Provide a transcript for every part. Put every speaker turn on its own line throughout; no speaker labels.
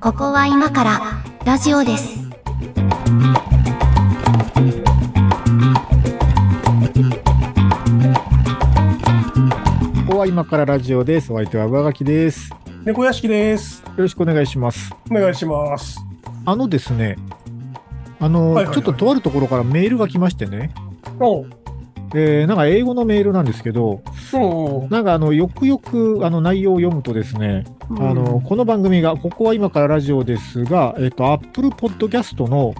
報は今からラジオです。
ここは今からラジオです。お相手は上書きです。よ
猫屋敷です。
ろしくお願いします。
お願いします。
あのですね、あの、
はいはいはい
ちょっととあるところからメールが来ましてね、
おう
えーなんか英語のメールなんですけど、
おう
なんかあの、よくよくあの内容を読むとですね、
うん
あの、この番組が、ここは今からラジオですが、えっ、と、Apple Podcast の、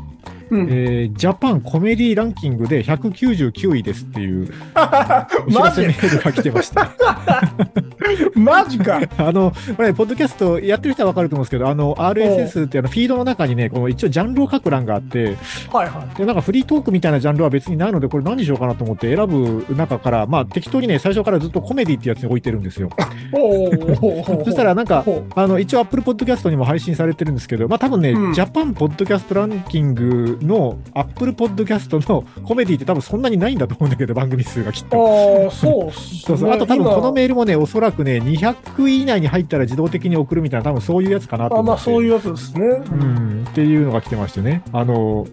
うん、
えージャパンコメディランキングで199位ですっていう、お知
マ
らせ
ジ
メールが来てました。
マ ジか
あの、これ、ポッドキャストやってる人はわかると思うんですけど、あの、RSS ってあのフィードの中にね、この一応ジャンルを書く欄があって、
はいは
で、なんかフリートークみたいなジャンルは別にないので、これ何にしようかなと思って選ぶ中から、まあ適当にね、最初からずっとコメディってやつに置いてるんですよ。
い。おうおうおう
そしたらなんか、
おう
あの、一応 Apple Podcast にも配信されてるんですけど、まあ多分ね、
うん
ジャパンポッドキャストランキングの Apple Podcast のコメディって多分そんなにないんだと思うんだけど、番組数がきっと。
ああ、そうっす
そうそう
ね
あと多分
今
このメールもね、おそらくね、200位以内に入ったら自動的に送るみたいな、多分そういうやつかなと
あま
思
あ
って。
そういうやつですね。
うん、っていうのが来てましてね、あの、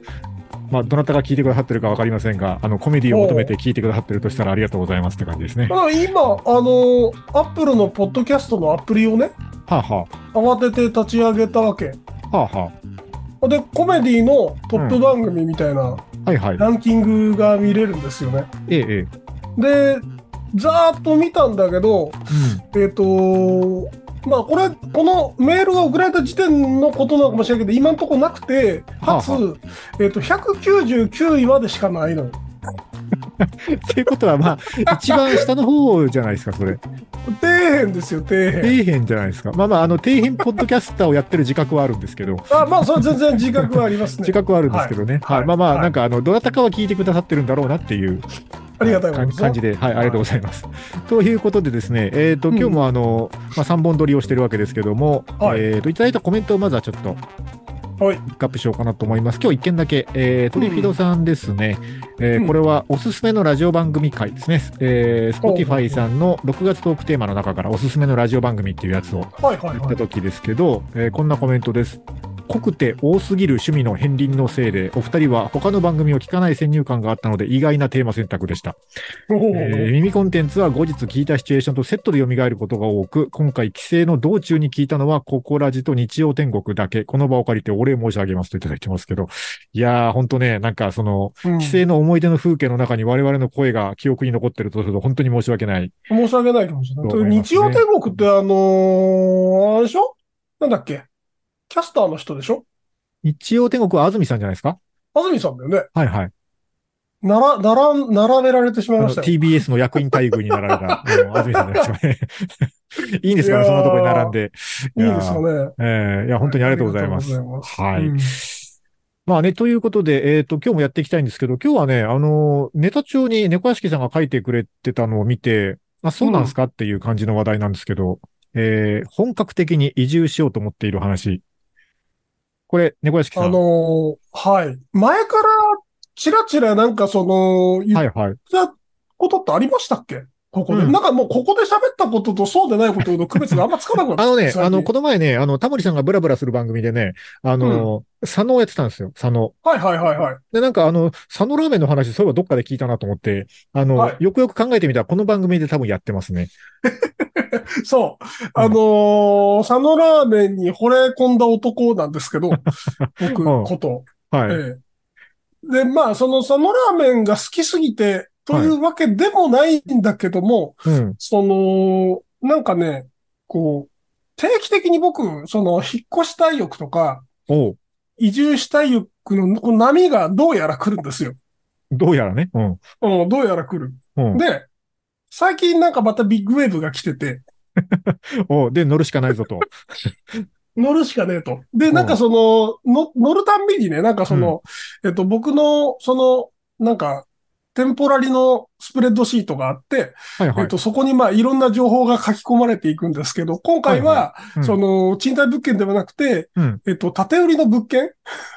まあ、どなたが聞いてくださってるかわかりませんが、あの、コメディを求めて聞いてくださってるとしたらありがとうございますって感じですね。は
まあ今、あの、アップルのポッドキャストのアプリをね、
あ、は
慌てて立ち上げたわけ。
あ、はあ、は
で、コメディのトップ番組みたいな
あ、はいはい。
ランキングが見れるんですよね。
ええ、ええ。
で、ざーっと見たんだけど、えっ、とまあこれこのメールが送られた時点のことなのかもしれないけど今のところなくてかつ、
はあ
えっと199位までしかないの
う
よ
ん。っていうことは、まあ、一番下の方じゃないですか、そ れ。
底辺ですよ底辺
底辺じゃないですか。まあまあ、あの、底辺ポッドキャスターをやってる自覚はあるんですけど、
あまあそれ全然自覚はありますね
自覚はあるんですけどね。
はい
はい。まあまあ、
はい
なんか、あの、どなたかは聞いてくださってるんだろうなっていう
ありがたいこと
感
で
じ
すね
感じで、はい、ありがとうございます。ということでですね、えっ、と、
うん
今日もあの、まあ、3本撮りをしてるわけですけども、
はい
えっ、と、いただいたコメントをまずはちょっと、
はい
ピックアップしようかなと思います。今日1件だけ、えー、トリフィドさんですね、えー
うん
これはおすすめのラジオ番組会ですね、えー、Spotify さんの6月トークテーマの中からおすすめのラジオ番組っていうやつを
はいはい
言っ
は
た
い
時ですけど、えーこんなコメントです。濃くて多すぎる趣味の片鱗のせいで、お二人は他の番組を聞かない先入観があったので意外なテーマ選択でした。
おお
えー耳コンテンツは後日聞いたシチュエーションとセットで蘇ることが多く、今回帰省の道中に聞いたのは、ここラジと日曜天国だけ、この場を借りてお礼申し上げますといただいてますけど、いやー、ほんとね、なんかその、
うん
帰省の思い出の風景の中に我々の声が記憶に残ってるとすると、本当に申し訳ない。
申し訳ないかもしれない
そう思います
日
ね
曜天国ってあのー、あれでしょなんだっけキャスターの人でしょ
日曜天国は安住さんじゃないですか
安住さんだよね
はいはい。
なら、なら、並べられてしま
あ
い
の
ましたよ
TBS の役員待遇になられた、あ の安住さんじゃないですかね。 いいんですかね、そんなとこに並んで。
いいですよ
ね。
ね。
えーいや、本当にありがとうございま
あ
す
りが。とうございます
はい。
うん
まあね、ということで、えっ、と、今日もやっていきたいんですけど、今日はね、あの、ネタ帳に猫屋敷さんが書いてくれてたのを見て、あ、そうなんですかっていう感じの話題なんですけど、えー本格的に移住しようと思っている話。これ、猫屋敷さん。
あのーはい。前から、ちらちらなんかその、言
は
っ
いはい。
たことってありましたっけ、ここで、
うん
なんかもうここで喋ったこととそうでないことの区別があんまつかなくなった。
あのね、
最近
あの、この前ね、あの、タモリさんがブラブラする番組でね、あの、佐野をやってたんですよ、佐野。
はいはいはいはい。
で、なんかあの、佐野ラーメンの話、そういえばどっかで聞いたなと思って、あの、
はい
よくよく考えてみたら、この番組で多分やってますね。
そう。あのー佐野ラーメンに惚れ込んだ男なんで すけど、僕
うん
こと。
はい。
ええで、まあ、その佐野ラーメンが好きすぎて、というわけでもないんだけども、
うん。
その、なんかね、こう、定期的に僕、その、引っ越したい欲とか、
おう
移住したい欲のこう波がどうやら来るんですよ。
どうやらね。うん。
うん、どうやら来る。
うん。
で、最近なんかまたビッグウェーブが来てて、
おで、乗るしかないぞと。
乗るしかねえと。で、なんかその、の乗るたんびにね、なんかその、えっと、僕の、その、なんか、テンポラリのスプレッドシートがあって、
はいは
え
い
っ。と、そこにまあいろんな情報が書き込まれていくんですけど、今回
はい
は
う、ん
その、賃貸物件ではなくて、
うん
えっと、建て売りの物件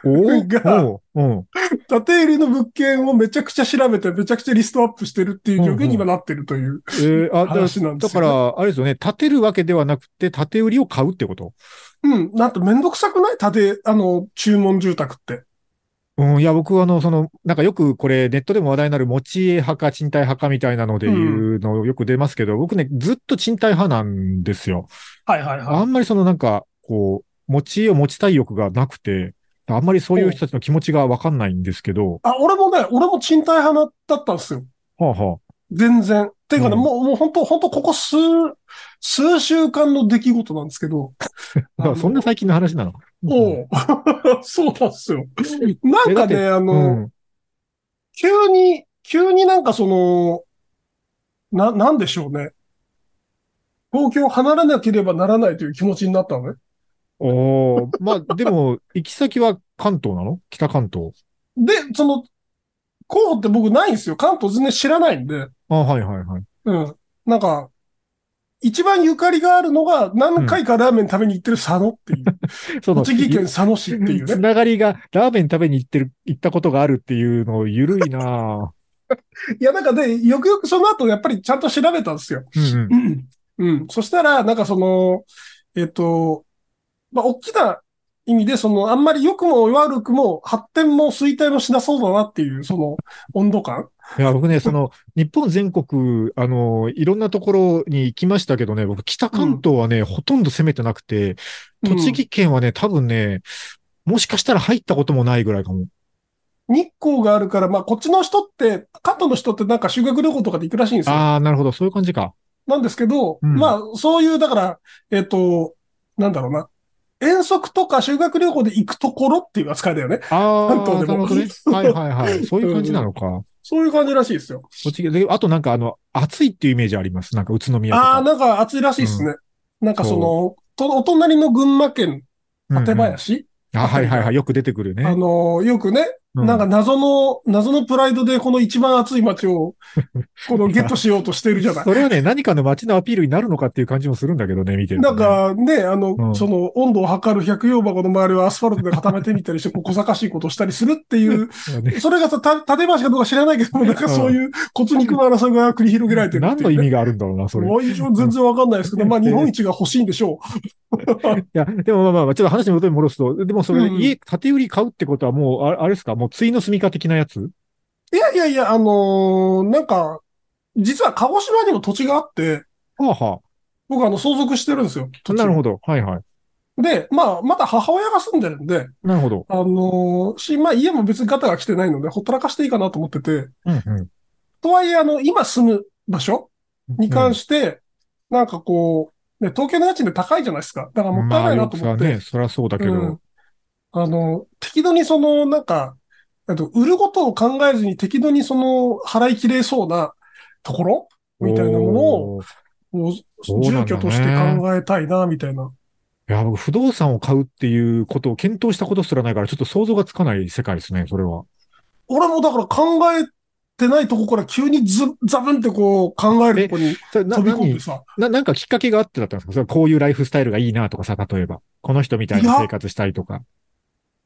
お
が
おううん。
建て売りの物件をめちゃくちゃ調べて、めちゃくちゃリストアップしてるっていう状況に今なってるという
えーあ、だ
話なんで
だ
すよ
か
ね、
ら、あれですよね、建てるわけではなくて、建て売りを買うってこと
うん。なんてめんどくさくない建て、あの、注文住宅って。
うん、いや、僕はあの、その、なんかよくこれ、ネットでも話題になる持ち家派か賃貸派かみたいなので言うのよく出ますけど、僕ね、ずっと賃貸派なんですよ。
はいはい
あ
は
んまりそのなんか、こう、持ち家を持ちたい欲がなくて、あんまりそういう人たちの気持ちがわかんないんですけど、
い。あ、俺もね、俺も賃貸派なだったんですよ。
はあは
全然。ていうかね、
うん
もう、もう本当本当ここ数、数週間の出来事なんですけ ど。
あ、だからそんな最近の話なの。
おう そうなんですよ。なんか
えだって
ね、あ
う
の、
ん。
急に、急になんかその、な、なんでしょうね。東京を離れなければならないという気持ちになったのね。
おおまあ、でも、行き先は関東なの北関東。
で、その、候補って僕ないんですよ。関東全然知らないんで。
あはいはいはい。
うん。なんか、一番ゆかりがあるのが、何回かラーメン食べに行ってる佐野っていう。
その
栃木県佐野市っていう
つ
ね。
ながりが、ラーメン食べに行ってる、行ったことがあるっていうの、ゆるいなぁ。
いや、なんかで、よくよくその後、やっぱりちゃんと調べたんですよ。
うんうん
うん。うん。そしたら、なんかその、えっと、まあ、大きな意味で、その、あんまり良くも悪くも、発展も衰退もしなそうだなっていう、その、温度感。
いや、僕ね、その、日本全国、あの、いろんなところに行きましたけどね、僕、北関東はね、ほとんど攻めてなくて、
うん
栃木県はね、多分ね、もしかしたら入ったこともないぐらいかも。
日光があるから、まあ、こっちの人って、関東の人ってなんか修学旅行とかで行くらしいんですよ。
ああ、なるほど、そういう感じか。
なんですけど、
うん
まあ、そういう、だから、えっ、と、なんだろうな。遠足とか修学旅行で行くところっていう扱いだよね。
ああ、
関東で
な
も
るほどね。はいはいは い。そういう感じなのか。
そういう感じらしいですよ。
栃木、であとなんかあの、暑いっていうイメージあります。なんか宇都宮とか。
ああ、なんか暑いらしいですね。なんかその、とお隣の群馬
う
県
んうん
館林、
あ、はいはいはい。よく出てくる
あ
ね。
の、よくね、
う
なんか謎の、謎のプライドでこの一番暑い 街を、このゲットしようとしてるじゃない。
それはね、何かの街のアピールになるのかっていう感じもするんだけどね、見てると
なん
ね、
かね、あの、
うん
その温度を測る百葉箱の周りをアスファルトで固めてみた りして、こう小賢しいことをしたりするっていう、
ね、
それがさ、た、建橋かどうか知らないけども、なんかそういう骨肉の争いが繰り広げられてるっ
何
ていう、
の意味があるんだろうな、それ。い
もう一応全然わかんないですけど、まあ日本一が欲しいんでしょ
や、でもまあまあまあ、ちょっと話に元に戻すと、でもそれ、
うん
家、建て売り買うってことはもう、ああれですか、もう、対の住みか的なやつ
う。いやいやいや、あのーなんか、実は鹿児島にも土地があって、
はあは
僕あの相続してるんですよ。
あ。
土地
なるほど。はいはい。
で、まあ、まだ母親が住んでるんで、
なるほど。
あのーし、まあ家も別にガタが来てないので、ほったらかしていいかなと思ってて、
うんうん。
とはいえ、あの、今住む場所に関
し
して、なんかこう、ね、東京の家賃って高いじゃないですか。だからもったいないなと思って。
まあ、よくはね、そりゃそうだけど。
うん、あの、適度にその、なんか、あと売ることを考えずに適度にその、払いきれそうなところみたいなものを、
おー
もう
そうなんだね
住居として考えたいな、みたいな。
いや、僕、不動産を買うっていうことを検討したことすらないから、ちょっと想像がつかない世界ですね、それは。
俺もだから考えてないとこから急にず、ザブンってこう考えるとこに
それな
飛び込ん
何
でさ。
な、なんかきっかけがあってだったんですかそれはこういうライフスタイルがいいなとかさ、例えば。この人みたい
い
な
や
生活したいとか。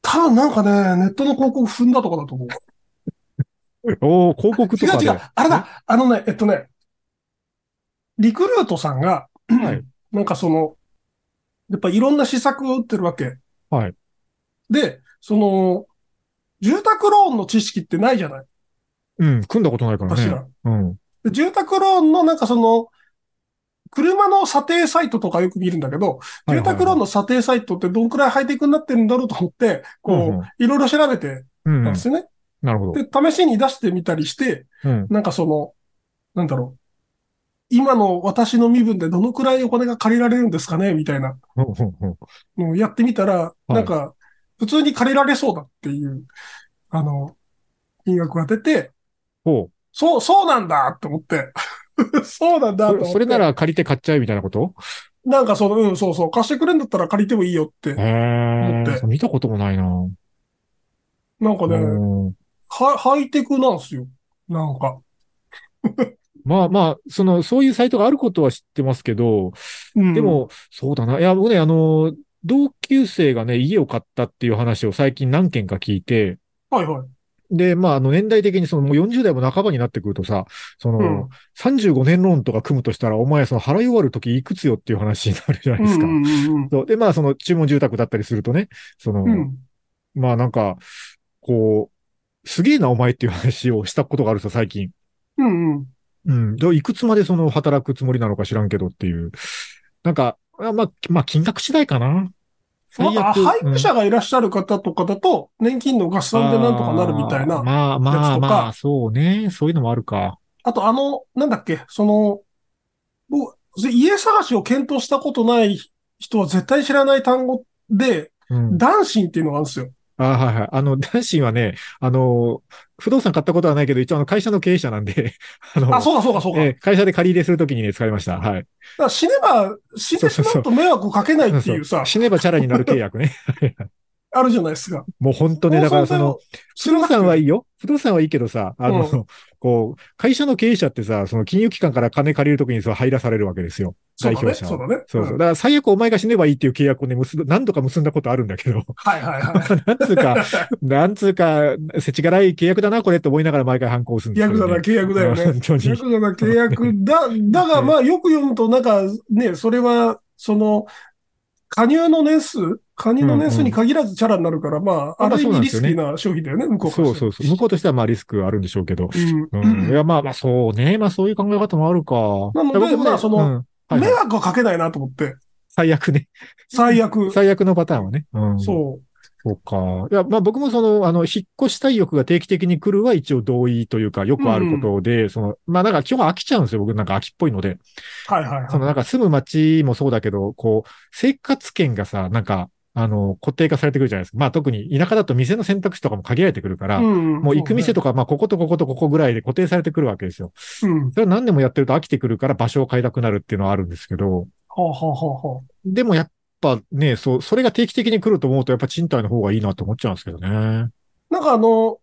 多分なんかね、ネットの広告踏んだとかだと思う。
おお広告と
違
か
う
で。
違う。あれだ。あのね、えっとね、リクルートさんが、
はい
なんかその、やっぱいろんな施策を打ってるわけ。
はい。
で、その、住宅ローンの知識ってないじゃない
うん、組んだことないから
私
ね。
ら。
うん。
で住宅ローンのなんかその、車の査定サイトとかよく見るんだけど、住宅ロー
の、
ンの査定サイトってどんくらいハイテクになってるんだろうと思って、こう、いろいろ調べて
うん
た
うんん
ですよね。
なるほど。
で、試しに出してみたりして、
うん。
なんかその、なんだろう。今の私の身分でどのくらいお金が借りられるんですかねみたいな
うんうんうん
のをやってみたら、
い
なんか、普通に借りられそうだっていう、あの、金額が出て、
ほ
そう、そうなんだと思って。 そうなんだ
うそ
と思っ
れ
て。
それな、ら借りて買っちゃうみたいなこと
なんかその、うん、そうそう、貸してくれんだったら借りてもいいよって。
へ
思っ
え。見たこともないな
なんかね、
うん
はハイテクなんすよ。なんか。
まあまあ、その、そういうサイトがあることは知ってますけど、
うん
で、も、そうだな。いや、僕ね、あの、同級生がね、家を買ったっていう話を最近何件か聞いて、
はいはい。
で、まあ、あの、年代的にその、もう40代も半ばになってくるとさ、その、
うん
35年ローンとか組むとしたら、お前、その、払い終わる時いくつよっていう話になるじゃないですか。
うんうんうん
そうで、まあ、その、注文住宅だったりするとね、その、
うん。
まあ、なんか、こう、すげえな、お前っていう話をしたことがあるさ、最近。
うんうん。
うん。で、いくつまでその、働くつもりなのか知らんけどっていう。なんか、あまあ、まあ、金額次第かな。
なんか、
うん
配偶者がいらっしゃる方とかだと、年金の合算でなんとかなるみたい
あー
な。
まあ
や
ま
つ
あ
とか
まあ、そうね。そういうのもあるか。
あと、あの、なんだっけ、その、僕、家探しを検討したことない人は絶対知らない単語で、
うん。
男心っていうのがあるんですよ。
あーはいはい。あの、男子はね、あの、不動産買ったことはないけど、一応あの会社の経営者なんで、 あの、
あ、そうかそうかそうか。
え
だ
ー会社で借り入れするときにね、使いました。はい。
から死ねば、死んでしまうと迷惑をかけないっていうさ、
死ねばチャラになる契約ね。
あるじゃないですか。
もう本当ね、だからその、
知
不動
らなくて
産はいいよ。 不動産はいいけどさ、あの、こう、会社の経営者ってさ、その金融機関から金借りるときにさ、入らされるわけですよ。
そう
代
だね、
表者は。
そうだね。
そうそう。
ん
だから最悪お前が死ねばいいっていう契約をね、結ぶ何度か結んだことあるんだけど。
はいはいはい。
なんつう か、なんつうか、せちがらい契約だな、これって思いながら毎回反抗するん
契
ですけ
約
ど、ね。
だな、契約だ よね。
本当
契
に。
約だな、契約だ。だが、まあ、よく読むと、なんか、ね、それは、その、加入の年数加入の年数に限らずチャラになるから、まあ、ある意味リスキーな商品だよね、向こうから
そう
した
そ
ら
うそう。向こうとしてはまあリスクあるんでしょうけど。
うん
うん。いや、まあまあそうね。まあそういう考え方もあるか。
なので
だから僕ね
まあその
うんはいはい
迷惑はかけないなと思って、
最悪ね。
最悪。
最悪のパターンはね。うん。う。
そ
そうか。いや、まあ僕もその、あの、引っ越したい欲が定期的に来るは一応同意というか、よくあることで、その、まあなんか基本飽きちゃうんですよ。僕なんか飽きっぽいので。
う。はいはい
その
は
なんか住む街もそうだけど、こう、生活圏がさ、なんか、あの、固定化されてくるじゃないですか。まあ特に田舎だと店の選択肢とかも限られてくるから、
い。ん
もう行く店と
と
か、まあこことこことここぐらいで固定されてくるわけですよ。
か。うん。は
それは何でもやってると飽きてくるから場所を変えたくなるっていうのはあるんですけど、
あはあはあはあ。
でもやっぱね、そう、それが定期的に来ると思うとやっぱ賃貸の方がいいなと思っちゃうんですけどね。
なんかあの、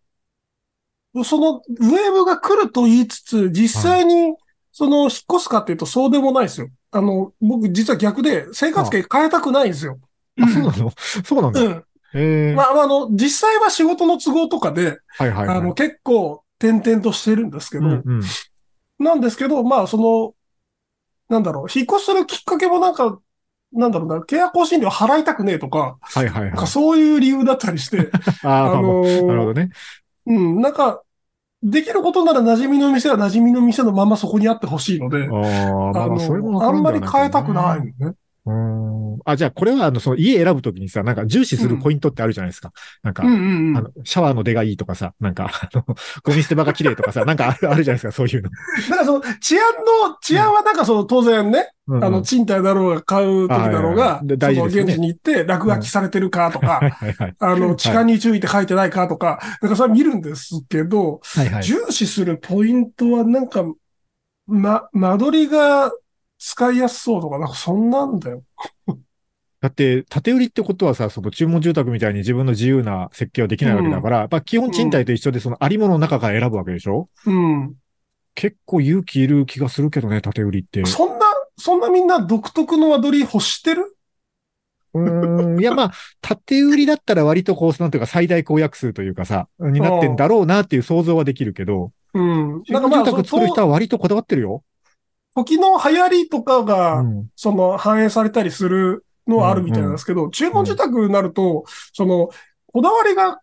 そのウェーブが来ると言いつつ、実際にその引っ越すかっていうとそうでもないですよ。あの、僕実は逆で生活圏変えたくないんですよ。
あ、そうなのそうなんだ。
うん。
ええ
まあ、まああの、実際は仕事の都合とかで、
はいはいはい。
あの、結構点々としてるんですけ
うん
ど、
うん。
なんですけど、まあその、なんだろう、引っ越しするきっかけもなんか、なんだろうな、契約更新料払いたくねえとか、
はいはい
なん
は
か
い。
そういう理由だったりして、
あ あ、
あ
まあま
の
あ
ー
なるほどね。
うん、なんか、できることなら馴染みの店は馴染みの店のままそこにあってほしいので、
ああ、まあまあ、それも
の、
わか
あ
るだ
んま
は
り
いけどね
変えたくないのね。
うーんあ、じゃあこれはあの、その家選ぶときにさ、なんか重視するポイントってあるじゃないですか。なんか、
うんうんう
あ
ん。
の、シャワーの出がいいとかさ、なんか、あの、 ゴミ捨て場が綺麗とかさ、なんかあるあるじゃないですか、そういうの。
だからその、治安の、治安はなんかその、当然ね、
うんうん
あの、賃貸だろうが買う時だろう
はいはい
が
はいで、
そ
大事
の、
ですよ
現
ね
地に行って落書きされてるかと
はい
か、
はいはい。
あの、痴漢に注意って書いてないかとか、なんかそれは見るんですけど、
はいはい。
重視するポイントはなんか、ま、間取りが使いやすそうとか、なんかそんなんだよ。
だって、建て売りってことはさ、その注文住宅みたいに自分の自由な設計はできないわけだから、やっぱ基本賃貸と一緒でそのありものの中から選ぶわけでしょ
うん。
結構勇気いる気がするけどね、建て売りって。
そんな、そんなみんな独特の間取り欲してる
うーん。いや、まあ、建て売りだったら割とこう、なんていうか最大公約数というかさ、になってんだろうなっていう想像はできるけど、
うん。
な
なんん
か
かまあ、
住
そ
宅作る人
の
は割とこだわってるよ。
時の流行りとかが、
うん。
その反映されたりするのはあるみたいなんですけど、注文住宅になると、その、こだわりが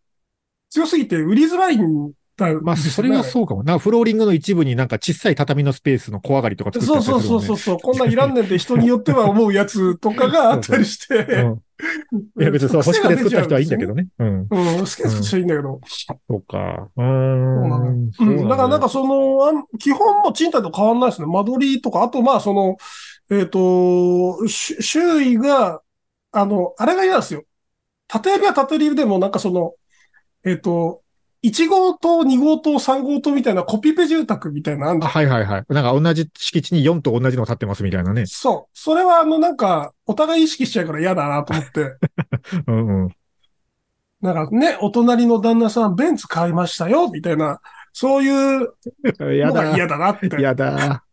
強すぎて売りづらいんだよ、ね。
まあ、それはそうかも。なんかフローリングの一部になんか小さい畳のスペースの小上がりとか作って
そ
た
う
りす
そ
るも
うん
ね。
そうそうそう。こんなんいらんねんって人によっては思うやつとかがあったりして。
うん。いや、別にそう、欲しくて作った人はいいんだけど
ど。
ね。うん。
うん、好きな人はいいんだけど。
そうか。うーん。
う
そうだ
ん、だからなんかその、あん基本も賃貸と変わんないですね。間取りとか、あとまあその、えっ、と、し周囲が、あの、あれが嫌ですよ。縦売りは縦売りでもなんかその、えっ、と、1号棟、2号棟、3号棟みたいなコピペ住宅みたいなのあんじ
あ
ゃん
はいはいはい。なんか同じ敷地に4と同じの建ってますみたいなね。
そう。それはあのなんか、お互い意識しちゃうから嫌だなと思って。
うんうん。
なんかね、お隣の旦那さん、ベンツ買いましたよ、みたいな。そういう
や
の
だ
が。嫌だなって。
やだ。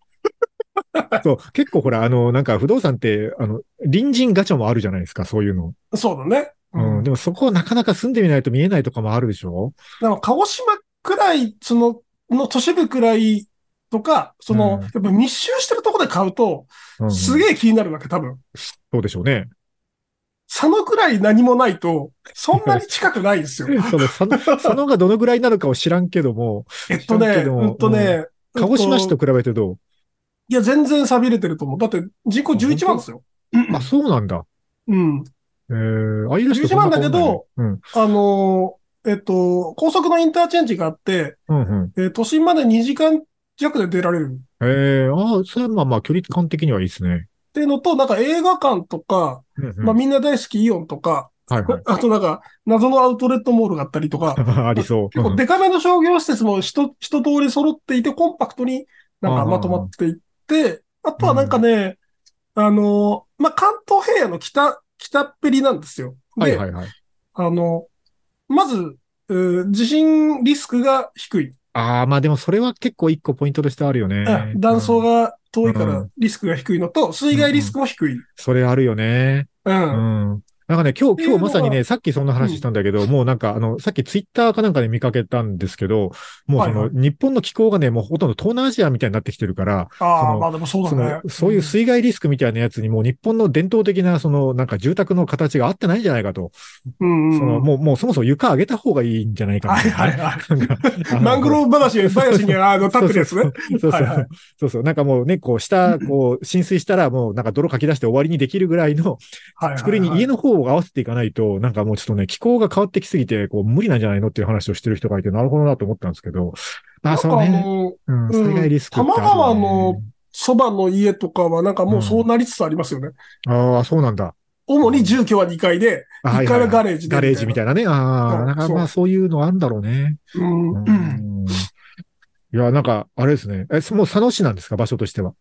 そう、結構ほら、あの、なんか不動産って、あの、隣人ガチャもあるじゃないですか、そういうの。
そうだね。
うん。でもそこはなかなか住んでみないと見えないとかもあるでしょ
なんか鹿児島くらい、その、の都市部くらいとか、その、
うん
やっぱ密集してるとこで買うと、
うん。
すげえ気になるわけ、多分。
そうでしょうね。
佐野くらい何もないと、そんなに近くないんですよ。
その、佐野、佐野がどのぐらいなのかを知らんけど も、
えっと
知らん
ね、
けど
うんとね、
鹿児島市と
うん
比べてどう
いや、全然錆びれてると思う。だって、人口11万ですよ。
あ、そうなんだ。
うん。
えー、あ、いる人
11万だけど、
うん、
あのー、えっと、高速のインターチェンジがあって、
うん、うん。
えー都心まで2時間弱で出られる。っ
えー、ああ、それはまあまあ、距離感的にはいいですね。
ていうのと、なんか映画館とか、
うん、うん。
まあみんな大好きイオンとか、
はいはい。
あとなんか謎のアウトレットモールがあったりとか、
ありそう。
結構デカめの商業施設も人、一通り揃っていて、コンパクトになんかまとまっていって、あとはなんかね、あのー、まあ関東平野の北、北っぺりなんですよ。で、
はいはいはい。
あの、まず、えー地震リスクが低い。
ああ、まあでもそれは結構一個ポイントとしてあるよね
あ。断層
うん
が遠いか
う
らリスクが低いのと、水害リスクも低い。
それあるよね。
う。
うんん。なんかね、今日、今日まさにね、さっきそんな話したんだけど、もうなんか、あの、さっきツイッターかなんかで見かけたんですけど、もうそ
はい
の、
は
日本の気候がね、もうほとんど東南アジアみたいになってきてるから、
あ
そ
あ、
の
まあでもそうだ
そ
ね
の、。そういう水害リスクみたいなやつにもう日本の伝統的な、その、なんか住宅の形が合ってないんじゃないかと。
うん、うん
その、もう、もうそもそも床上げた方がいいんじゃないかみ
は
た
い
いな
はい
ね。
はい。
なんかあの
マングローブ林に、林にあの立ってるやつね。
そうそう。そうそう。
はいはい
そうそうなんかもうね、こう、下、こう、浸水したら、もうなんか泥かき出して終わりにできるぐらいの
はいはいはい
作りに家の方を合わせていかないと、なんかもうちょっとね、気候が変わってきすぎて、こう、無理なんじゃないのっていう話をしてる人がいて、なるほどなと思ったんですけど。まあ、
なんか
そ
あ
うね。
の、
うん、
うん
災害リスクってあるよね
多摩川のそばの家とかはなんかもうそうなりつつありますよね。
ああ、そうなんだ。
主に住居は2階で、
あはい
1
はい
階
は
はいガレージで。
ガレージみたいなね。あ
う
あ、
ん
なんかま
そ
あ
う
そういうのあるんだろうね。
いな。うん。
う
うん
んいや、なんか、あれですね。え、そもう佐野市なんですか場所としては。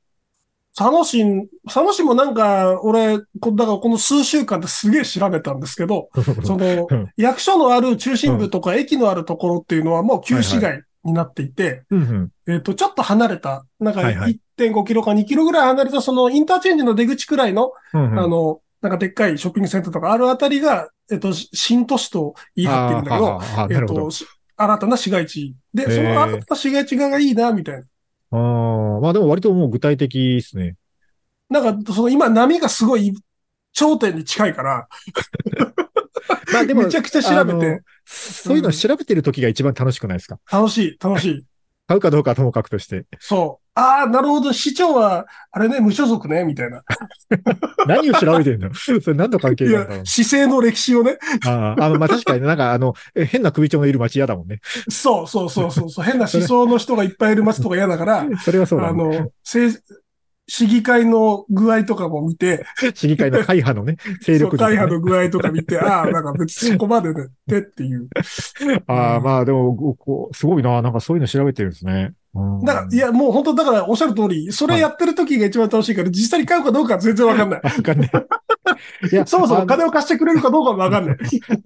佐野市、佐野市もなんか、俺、こだからこの数週間ですげえ調べたんですけど、その
うん、
役所のある中心部とか駅のあるところっていうのはもう旧市街になっていて、
うんうん。
えっと、ちょっと離れた、なんか
はいはい
1.5キロか2キロぐらい離れた、そのインターチェンジの出口くらいの、
うんうん
あの、なんかでっかいショッピングセンターとかあるあたりが、えっと、し新都市と言い張ってるんだけ
あー
ど、
はあはあ
え
な
っ
るほど
と。、し新たな市街地。で、
へー
その新たな市街地側がいいな、みたいな。
ああ、まあでも割ともう具体的ですね。
なんか、その今波がすごい頂点に近いから、
まあでも、
めちゃくちゃ 調べて
あの。そういうのを調べてる時が一番楽しくないですか
楽しい、楽しい。
買うかどうかはともかくとして。
そう。ああ、なるほど。市長は、あれね、無所属ね、みたいな。
何を調べてるの それ何の関係
い
なんだろ
や、市政の歴史をね。
うああ、あの、まあ確かになんかあの、え変な首長のいる町嫌だもんね。
そうそうそうそうそう。変な思想の人がいっぱいいる街とか嫌だから、
それは そうだ、
あ
ね。
の、政市議会の具合とかも見て、
市議会の会派 のね、勢
そう
力図とか
会
ね、
派の具合とか 見て、ああ、なんか別にそこまでね、でっていう。
ああ、
うん
まあでも、ごこうすごいな。なんかそういうの調べてるんですね。うん
だから、いや、もう本当だからおっしゃる通り、それやってる時が一番楽しいから、実際に買うかどうかは全然わかんない。
わかん ない。いや、
そもそも金
を。
を貸してくれるかどうかもわか んない。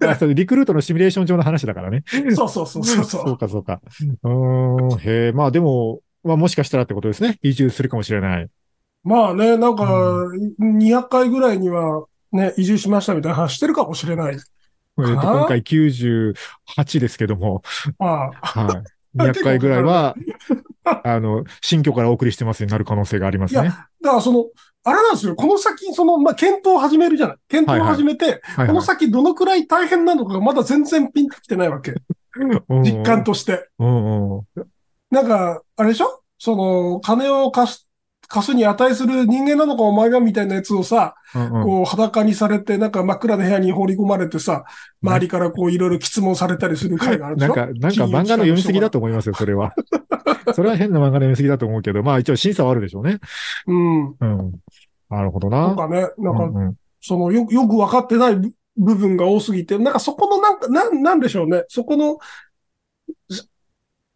あそれリクルートのシミュレーション上の話だからね。
そうそうそうそうそう。
そうか、そうか。うーん、へえ、まあでも、まあもしかしたらってことですね。移住するかもしれない。
まあね、なんか、
う
200回ぐらいには、ね、移住しましたみたいな話してるかもしれない。
えーと
かな
今回98ですけども、
まあ、
はい。200回ぐらいは、あの、新居からお送りしてますになる可能性があります
い
ね。
だからその、あれなんですよ。この先、その、まあ、検討を始めるじゃない。検討を始めて、
はい
こ
は
の
い。
先どのくらい大変なのかがまだ全然ピンときてないわけ。
うん
実感。として。
うんうん。
なんか、あれでしょその、金を貸す、貸すに値する人間なのかお前がみたいなやつをさ、
うんうん
こう裸にされて、なんか真っ暗な部屋に放り込まれてさ、周りからこういろいろ質問されたりする回があるで
な
し
ん
ょ
か、なんか漫画の読みすぎだと思いますよ、それは。 それは変な漫画の読みすぎだと思うけど、まあ一応審査はあるでしょうね。
うん。
うん。なるほど
と
な。
かね、なんか
うんうん
そのよ、よく分かってない部部分が多すぎて、なんかそこのなんか、なん、なんでしょうね。そこの、し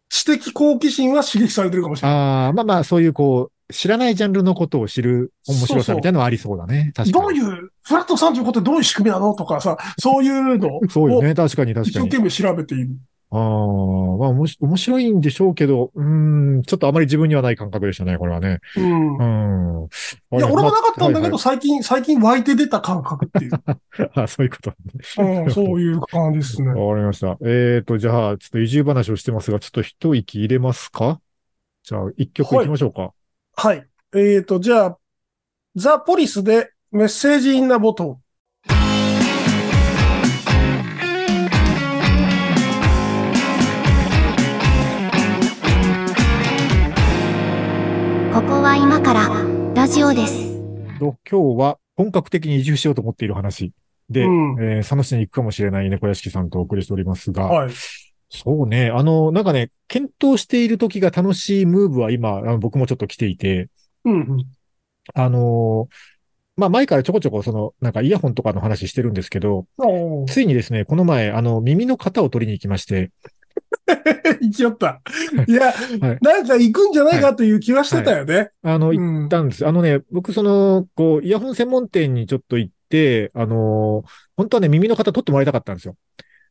知的好奇心は刺激されてるかもしれない。
ああ、まあまあ、そういうこう、知らないジャンルのことを知る面白さみたいなのはありそうだね。確
ど
か
う
に。
いう、フラット35ってどういう仕組みなのとかさ、そういうのを
そうよね。確かに確
一
か
生
に。
懸命調べている。
ああ、まあ、おもし面白いんでしょうけど、うーん、ちょっとあまり自分にはない感覚でしたね、これはね。
うん。
う
い
ん。い
や、俺もなかったんだけど、、最近、最近湧いて出た感覚っていう。
あ そういうこと。
うん、そういう感じですね。
わかりました。えっ、と、じゃあ、ちょっと移住話をしてますが、ちょっと一息入れますかじゃあ、一曲いきましょうか。
はい。えーと、じゃあ、ザ・ポリスでメッセージインナボト
ここは今からラジオです。
と今日は本格的に移住しようと思っている話で、
うん
えー佐野市に行くかもしれない猫屋敷さんとお送りしておりますが、
ン。はい。
そうね。あの、なんかね、検討している時が楽しいムーブは今、あの僕もちょっと来ていて、
うん。
あのーまあ、前からちょこちょこその、なんかイヤホンとかの話してるんですけど、
おー
ついにですね、この前、あの、耳の型を取りに行きまして、
行きよった。い
は
や、
い
なんか行くんじゃないかという気はしてたよね。
あの、行
うん
ったんです。あのね、僕その、こう、イヤホン専門店にちょっと行って、あのー本当はね、耳の型取ってもらいたかったんですよ。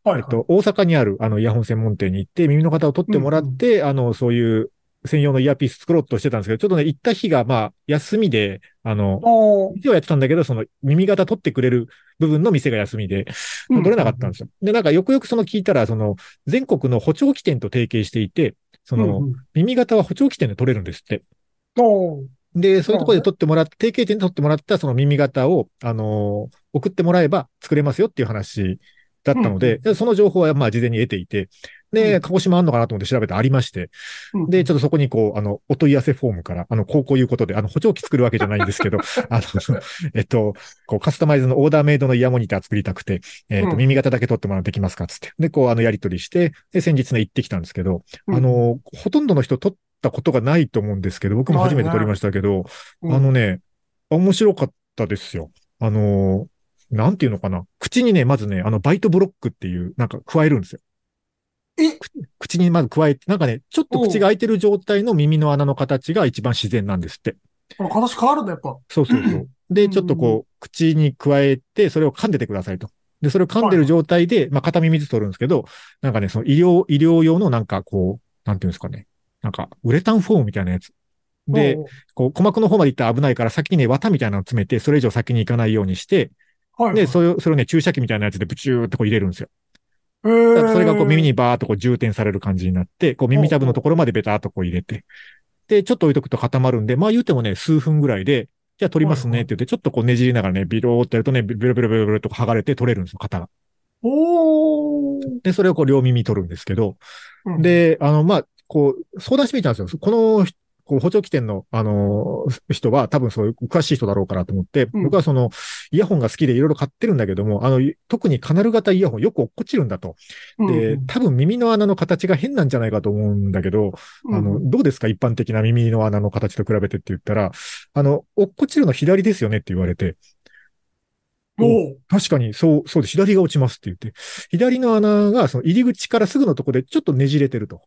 はい
えっと、大阪にある、あの、イヤホン専門店に行って、耳の型を取ってもらって、あの、そういう専用のイヤーピース作ろうとしてたんですけど、ちょっとね、行った日が、まあ、休みで、あの、
おー
一応やってたんだけど、その、耳型取ってくれる部分の店が休みで、
うん
取れなかったんですよ。で、なんか、よくよくその聞いたら、その、全国の補聴器店と提携していて、その、
うんうん
耳型は補聴器店で取れるんですって。
おー
で、そういうところで取ってもらって、提携店で取ってもらったその耳型を、あのー送ってもらえば作れますよっていう話だったので、その情報はまあ事前に得ていて、
う
で、
ん
鹿児島あんのかなと思って調べてありまして、
うん
で、ちょっとそこにこう、あの、お問い合わせフォームから、あの、こうこういうことで、あの、補聴器作るわけじゃないんですけ ど、あの、えっと、こう、カスタマイズのオーダーメイドのイヤーモニター作りたくて、えっと、
うん
耳型だけ取ってもらってきますかつって。で、こう、あの、やり取りして、で、先日ね、行ってきたんですけど、あ、の、ほとんどの人撮ったことがないと思うんですけど、僕も初めて撮りましたけど、
うん
あのね、面白かったですよ。あの、なんていうのかな。口にね、まずね、あの、バイトブロックっていう、なんか加えるんですよ。
え
口口にまず加えて、なんかね、ちょっと口が開いてる状態の耳の穴の形が一番自然なんですって。
あ形変わるんだ、やっぱ。
そうそうそう。で、ちょっとこう、口に加えて、それを噛んでてくださいと。で、それを噛んでる状態で、まあ、片耳ずつ取るんですけど、なんかね、その医療、医療用のなんかこう、なんていうんですかね。なんか、ウレタンフォームみたいなやつ。で、
おー、
こう、鼓膜の方まで行ったら危ないから、先にね、綿みたいなの詰めて、それ以上先に行かないようにして、
はいはい。
で、それを、それをね、注射器みたいなやつでブチューってこう入れるんですよ。
へ
だか
ー
らそれがこう耳にバーっとこう充填される感じになって、こう耳たぶのところまでベターっとこう入れて、で、ちょっと置いとくと固まるんで、まあ言うてもね、数分ぐらいで、じゃあ取りますねって言って、ちょっとこうねじりながらね、ビローってやるとね、ビロビロビロビロと剥がれて取れるんですよ、型が。
おー
で、それをこう両耳取るんですけど、
うん
で、あの、まあ、こう、相談してみたんですよ。この、こう補聴器店の、あのー人は多分そういう詳しい人だろうからと思って、
うん
僕はその、イヤホンが好きでいろいろ買ってるんだけども、あの、特にカナル型イヤホンよく落っこちるんだと。で、多分耳の穴の形が変なんじゃないかと思うんだけど、
うん
あの、どうですか一般的な耳の穴の形と比べてって言ったら、あの、落っこちるの左ですよねって言われて、
おー
確かにそう、そうで左が落ちますって言って、左の穴がその入り口からすぐのとこでちょっとねじれてると。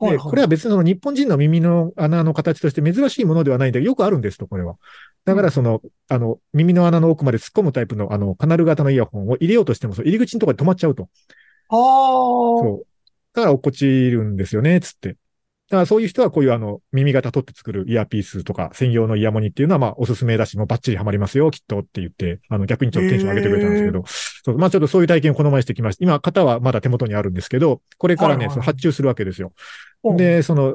で、
はいはい
これは別にその日本人の耳の穴の形として珍しいものではないんだけど、よくあるんですと、これは。だからその、あの、耳の穴の奥まで突っ込むタイプの、あの、カナル型のイヤホンを入れようとしても、その入り口のところで止まっちゃうと。
あー
そう。だから落っこちるんですよね、つって。だからそういう人はこういうあの、耳型取って作るイヤーピースとか専用のイヤモニっていうのはまあおすすめだし、もうバッチリハマりますよ、きっとって言って、あの逆にちょっとテンション上げてくれたんですけど、そうまあちょっとそういう体験をこの前してきました。今、型はまだ手元にあるんですけど、これから
はい
ね、
はい
その発注するわけですよ。
おー
で、その、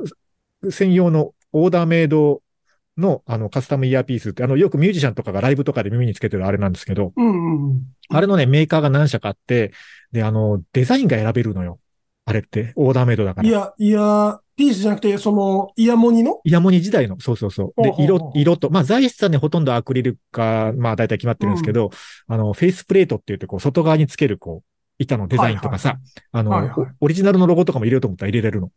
専用のオーダーメイドのあのカスタムイヤーピースって、あのよくミュージシャンとかがライブとかで耳につけてるあれなんですけど、
うんうんうん。
あれのね、メーカーが何社かあって、で、あの、デザインが選べるのよ。あれって、オーダーメイドだから。
いや、いや、ピースじゃなくて、その、イヤモニの
イヤモニ時代の、そうそうそう。で
ほう、ほうほ
色、
う
色と、まあ材質はね、ほとんどアクリルか、まあ大体決まってるんですけど、あの、フェイスプレートって言って、こう、外側につける、こう、板のデザインとかさ、
はい
あの、
はいはい
オリジナルのロゴとかも入れようと思ったら入れれる の。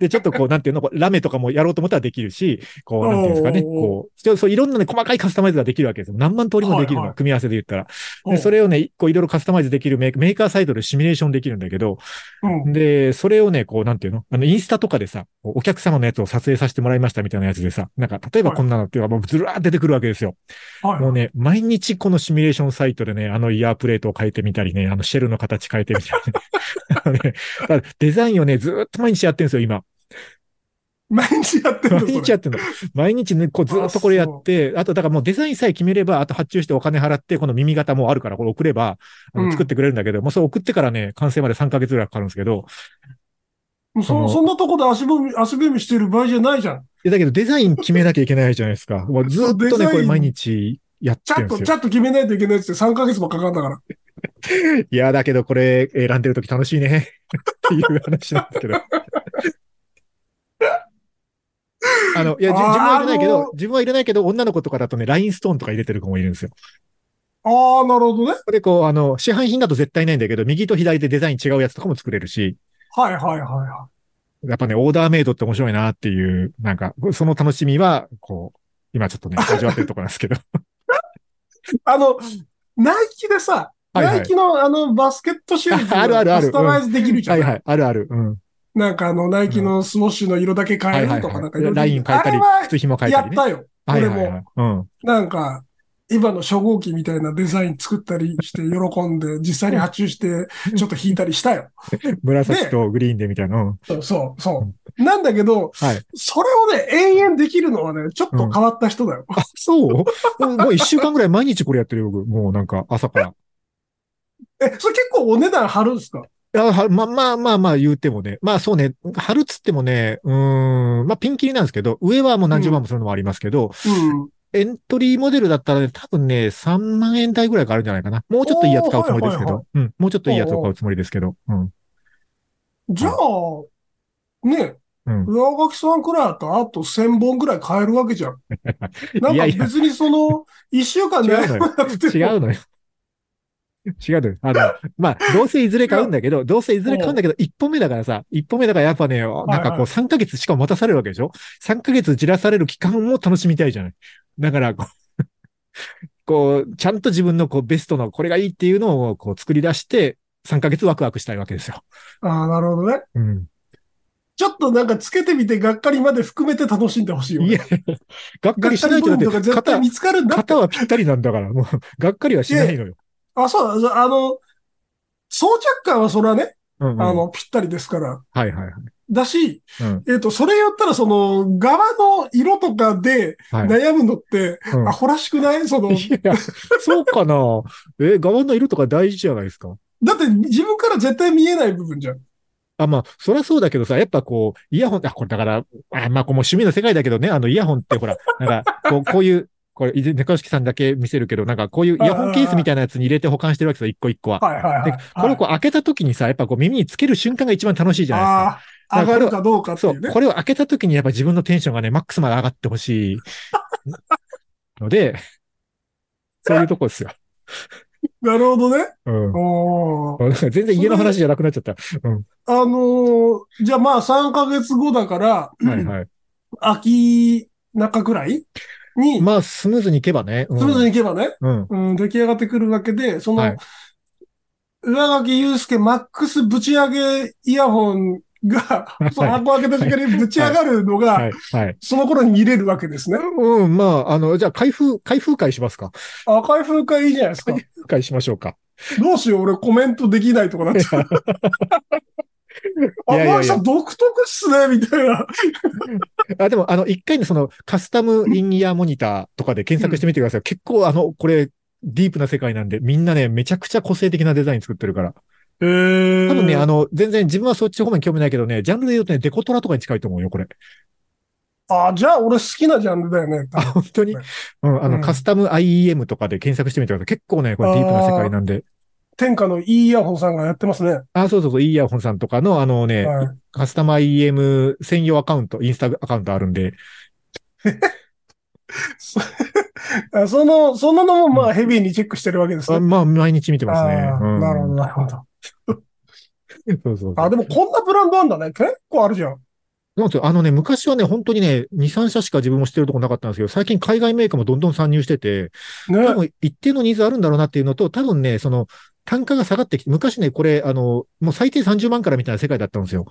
で、ちょっとこう、なんていうの、こうラメとかもやろうと思ったらできるし、こう、なんていうんですかね、
おー
こう、そうそういろんなね、細かいカスタマイズができるわけですよ。何万通りもできるの、
はいはい
組み合わせで言ったら。
お
で、それをね、一個いろいろカスタマイズできるメーカー、メーカーサイドでシミュレーションできるんだけど、
うん
で、それをね、こう、なんていうのあの、インスタとかでさ、こうお客様のやつを撮影させてもらいましたみたいなやつでさ、なんか、例えばこんなのっていうのがもうずらーって出てくるわけですよ。
はい
もうね、毎日このシミュレーションサイトでね、あのイヤープレートを変えてみみたりね、あの、シェルの形変えてみたり ねあのね。だからデザインをね、ずーっと毎日やってるんですよ、今。
毎日やってるの
毎日やってるの。毎日ね、こうずーっとこれやって、あとだからもうデザインさえ決めれば、あと発注してお金払って、この耳型もうあるから、これ送れば、あ
う
の
ん
作ってくれるんだけど、もうそれ送ってからね、完成まで3ヶ月ぐらいかかるんですけど、
そ
その
そそんなとこで足踏み、足踏みしてる場合じゃないじゃん。
いやだけどデザイン決めなきゃいけないじゃないです か。もうずーっ
デ
と
ザ
ね、
イン
これ毎日やって
ちゃ
る
ん
んで
と、
す
ち
よ。
ゃんと決めないといけないっつって3ヶ月もかかんだから。
いや、だけどこれ選んでるとき楽しいね。 っていう話なんですけど。あの、いや、じ
あー
自分は入れないけ
あ
ど
の、
自分は入れないけど、女の子とかだとね、ラインストーンとか入れてる子もいるんですよ。
ああ、なるほどね。
で、こう、あの、市販品だと絶対ないんだけど、右と左でデザイン違うやつとかも作れるし、
はいはいはいは
やっぱね、オーダーメイドって面白いなっていう、なんか、その楽しみは、こう、今ちょっとね、味わってるとこなんですけ ど。
い。あの、ナイキでさ、
はいはい
ナイキのあのバスケットシューズ
あるあるある
カスタマイズできるじゃ
は
ん。
い はい、あるある。うん。
なんかあの、ナイキのスウォッシュの色だけ
は
変
い
え
はい
るとかなんか
はい。
いろいろ
ライン変えたり
あ、
靴紐変
れ
え
は
た
や
りね。
ったよ。
はい
俺
はいは
も
い。うん。
なんか、今の初号機みたいなデザイン作ったりして喜んで、実際に発注して、ちょっと引いたりしたよ。
紫とグリーンでみたいな。うん
そうそう、そう。なんだけど、
はい
それをね、延々できるのはね、ちょっと変わった人だよ。
あ、そう もうもう一週間ぐらい毎日これやってるよ、僕。もうなんか朝から。
え、それ結構お値段張るんですか
いやはまあまあまあまあ言うてもね。まあそうね。春っつってもね、うーん、まあピンキリなんですけど、上はもう何十万もするのもありますけど、
うん。
エントリーモデルだったらね、多分ね、3万円台ぐらいからあるんじゃないかな。もうちょっといいやつ買うつもりですけ
おーは
ど。うん。もうちょっといいやつを買うつもりですけど。うん。
じゃあ、ね、
うん。
上書きさんくらいだとあと1000本くらい買えるわけじ ゃん。なん
いや
か
いや
別にその、1週間
違
で
うのよ。違うのよ。 違うのよ。あの、まあ、どうせいずれ買うんだけど、どうせいずれ買うんだけど、1本目だからさ、1本目だからやっぱね、なんか
は
こ
い
う
はい
3ヶ月しかも待たされるわけでしょ ?3 ヶ月じらされる期間も楽しみたいじゃない。だからこう、 こう、ちゃんと自分のこうベストのこれがいいっていうのをこう作り出して、3ヶ月ワクワクしたいわけですよ。
ああ、なるほどね。
うん。
ちょっとなんかつけてみてがっかりまで含めて楽しんでほしいよね。
いや、がっか
がっ
りし
か
な
り
いと
ポイ
だっ
ントが
て、
絶対
肩、
見つかるんだって
肩。はぴったりなんだから、もう、 がっかりはしないのよ。
あ、そうだ、あの、装着感はそれはね、
うん、うん。
あの、ぴったりですから。
はいはいはい。
だし、
うん。
えっ、と、それ言ったら、その、側の色とかで
はい。
悩むのって、
うん
アホらしくないその、
いや、そうかなえ、側の色とか大事じゃないですか。
だって自分から絶対見えない部分じゃん。
あ、まあ、そりゃそうだけどさ、やっぱこう、イヤホン、あ、これだから、あまあ、こうもう趣味の世界だけどね、あの、イヤホンってほら、なんか、こう、こういう、これ、いず猫屋敷さんだけ見せるけど、なんか、こういうイヤホンケースみたいなやつに入れて保管してるわけですよ、一個一個は。
はいはいは
で、
い。
これをこう開けた時にさ、やっぱこう耳につける瞬間が一番楽しいじゃないですか。
ああー、上がるかどうかって
そ
いう
う、
ね。
これを開けた時にやっぱ自分のテンションがね、マックスまで上がってほ しい。ので、そういうとこですよ。
なるほどね。
うん。
おー
なんか全然家の話じゃなくなっちゃった。
あのーじゃあまあ3ヶ月後だから、
はいはい。
秋中くらいに、
まあ、スムーズにいけばね。うん
スムーズにいけばね、
うん。
うん、出来上がってくるわけで、その、
はい
上垣祐介マックスぶち上げイヤホン が
はい、
その箱開けた時間にぶち上がるの
は
が、
い。はい。
その頃に見れるわけですね。
うん、まあ、あの、じゃあ、開封、開封会しますか。
赤い風化いいじゃないですか。
開封会しましょうか。
どうしよう、俺コメントできないとかなっちゃう。
い
あ、
やいやいや
マークさん独特っすね、みたいな。
あ、でも、あの、一回のその、カスタムインイヤーモニターとかで検索してみてください。結構、あの、これ、ディープな世界なんで、みんなね、めちゃくちゃ個性的なデザイン作ってるから。
えー
多分ね、あの、全然自分はそっち方面興味ないけどね、ジャンルで言うとね、デコトラとかに近いと思うよ、これ。
あ、じゃあ俺好きなジャンルだよね。
あ、本当に
はい
うん、あの、
うん
カスタム IEM とかで検索してみてください。結構ね、これディープな世界なんで。
天下のいいイヤホンさんがやってますね。
あ、そうそうそう、イーヤホンさんとかの、あのね、
はい
カスタマ IM 専用アカウント、インスタアカウントあるんで、
そあその、そんなのもま
う
あヘビーにチェックしてるわけです
あ
ね。
まあ、毎日見てますね。
あーなるほど、
ど。
なるほど。
そうそうそう。
あ、でもこんなブランドあんだね。結構あるじゃん。
なんですよあのね、昔はね、本当にね、2、3社しか自分も知ってるとこなかったんですけど、最近海外メーカーもどんどん参入してて、多
ね。
分一定のニーズあるんだろうなっていうのと、多分ね、その、単価が下がってきて、昔ね、これ、あの、もう最低30万からみたいな世界だったんですよ。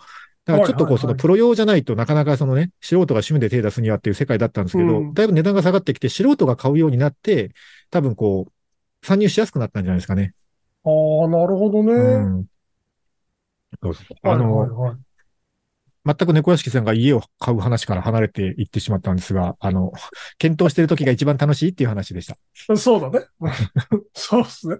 だからちょっとこう、
はいはいはい
そのプロ用じゃないとなかなかそのね、素人が趣味で手出すにはっていう世界だったんですけど、
うん
だいぶ値段が下がってきて、素人が買うようになって、多分こう、参入しやすくなったんじゃないですかね。
あああ、なるほどね。
うん。そうです。あ
は
の
い、はいはい
全く猫屋敷さんが家を買う話から離れていってしまったんですが、あの、検討してる時が一番楽しいっていう話でした。
そうだね。そうですね。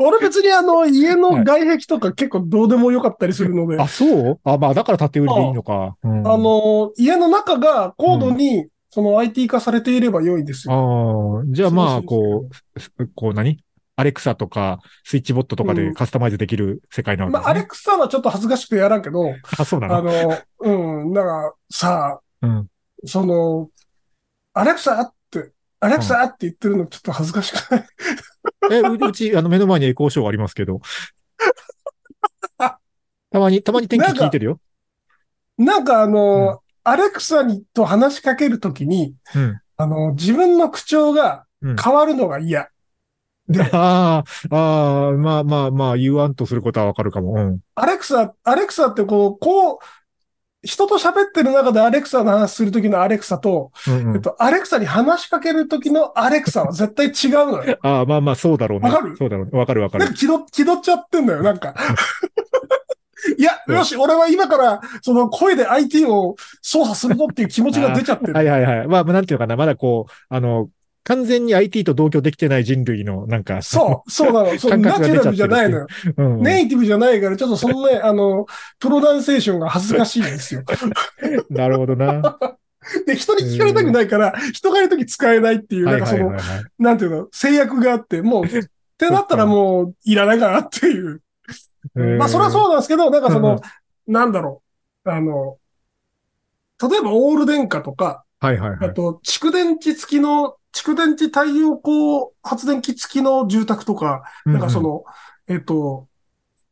俺別にあの、家の外壁とか結構どうでもよかったりするので、
あ、そうあ、まあ、だから縦売りでいいのか。あ
あ、の、家の中が高度に、その IT 化されていれば良いですよ。
ああ、じゃあまあ、
そう
こう、こう何アレクサとか、スイッチボットとか
う
で
ん
カスタマイズできる世界なわけ
ま
で
あ、
す
ア
ね。
レクサはちょっと恥ずかしくてやらんけど、
あ、そうな
あ
の
の、うん、なんか、さ
うん。
あ、その、アレクサって、アレクサって言ってるのちょっと恥ずかしくない。
え、ううち、あの、目の前にエコーショーありますけ ど。たまに、たまに天気聞いてるよ。
なんかあの、
うん
アレクサにと話しかけるときに、
うん。
あの、自分の口調が
うん
変わるのが嫌。
ああ、ああ、まあまあまあ、言わんとすることはわかるかも。うん。
アレクサ、アレクサってこう、こう、人と喋ってる中でアレクサの話するときのアレクサと、
うんう
え
ん
っ、と、アレクサに話しかけるときのアレクサは絶対違 うのよ。
ああ、まあまあ、そうだろうね。
わかる
そうだろうね。わかるわか
なん
る
か。気取、気取っちゃってんだよ、な んか。いや、よし、俺は今から、その声で IT を操作するぞっていう気持ちが出ちゃってる。
はいはいはい。まあ、なんていうのかな。まだこう、あの、完全に IT と同居できてない人類の、なんか、
そう、そうなの。そう、
感
ナ
覚
チ
が出
ュラ
ちゃってる
ルじゃないのよ。
うん。
ネイティブじゃないから、ちょっと そのね、あの、プロダンセーションが恥ずかしいんですよ。
なるほどな。
で、人に聞かれたくないから、人がいるとき使えないっていう、
は
なん
いは
かそ
い
の
はい、はい。
なんていうの、制約があって、もう、ってなったらもう、いらないかなっていう。まあ、それは
う
そうなんですけど、なんかそ
うんう
の、なんだろう、あの、例えばオール電化とか、
ん。はいはいは
あ
い。
と、蓄電池付きの、蓄電池太陽光発電機付きの住宅とか、なんかその、えっと、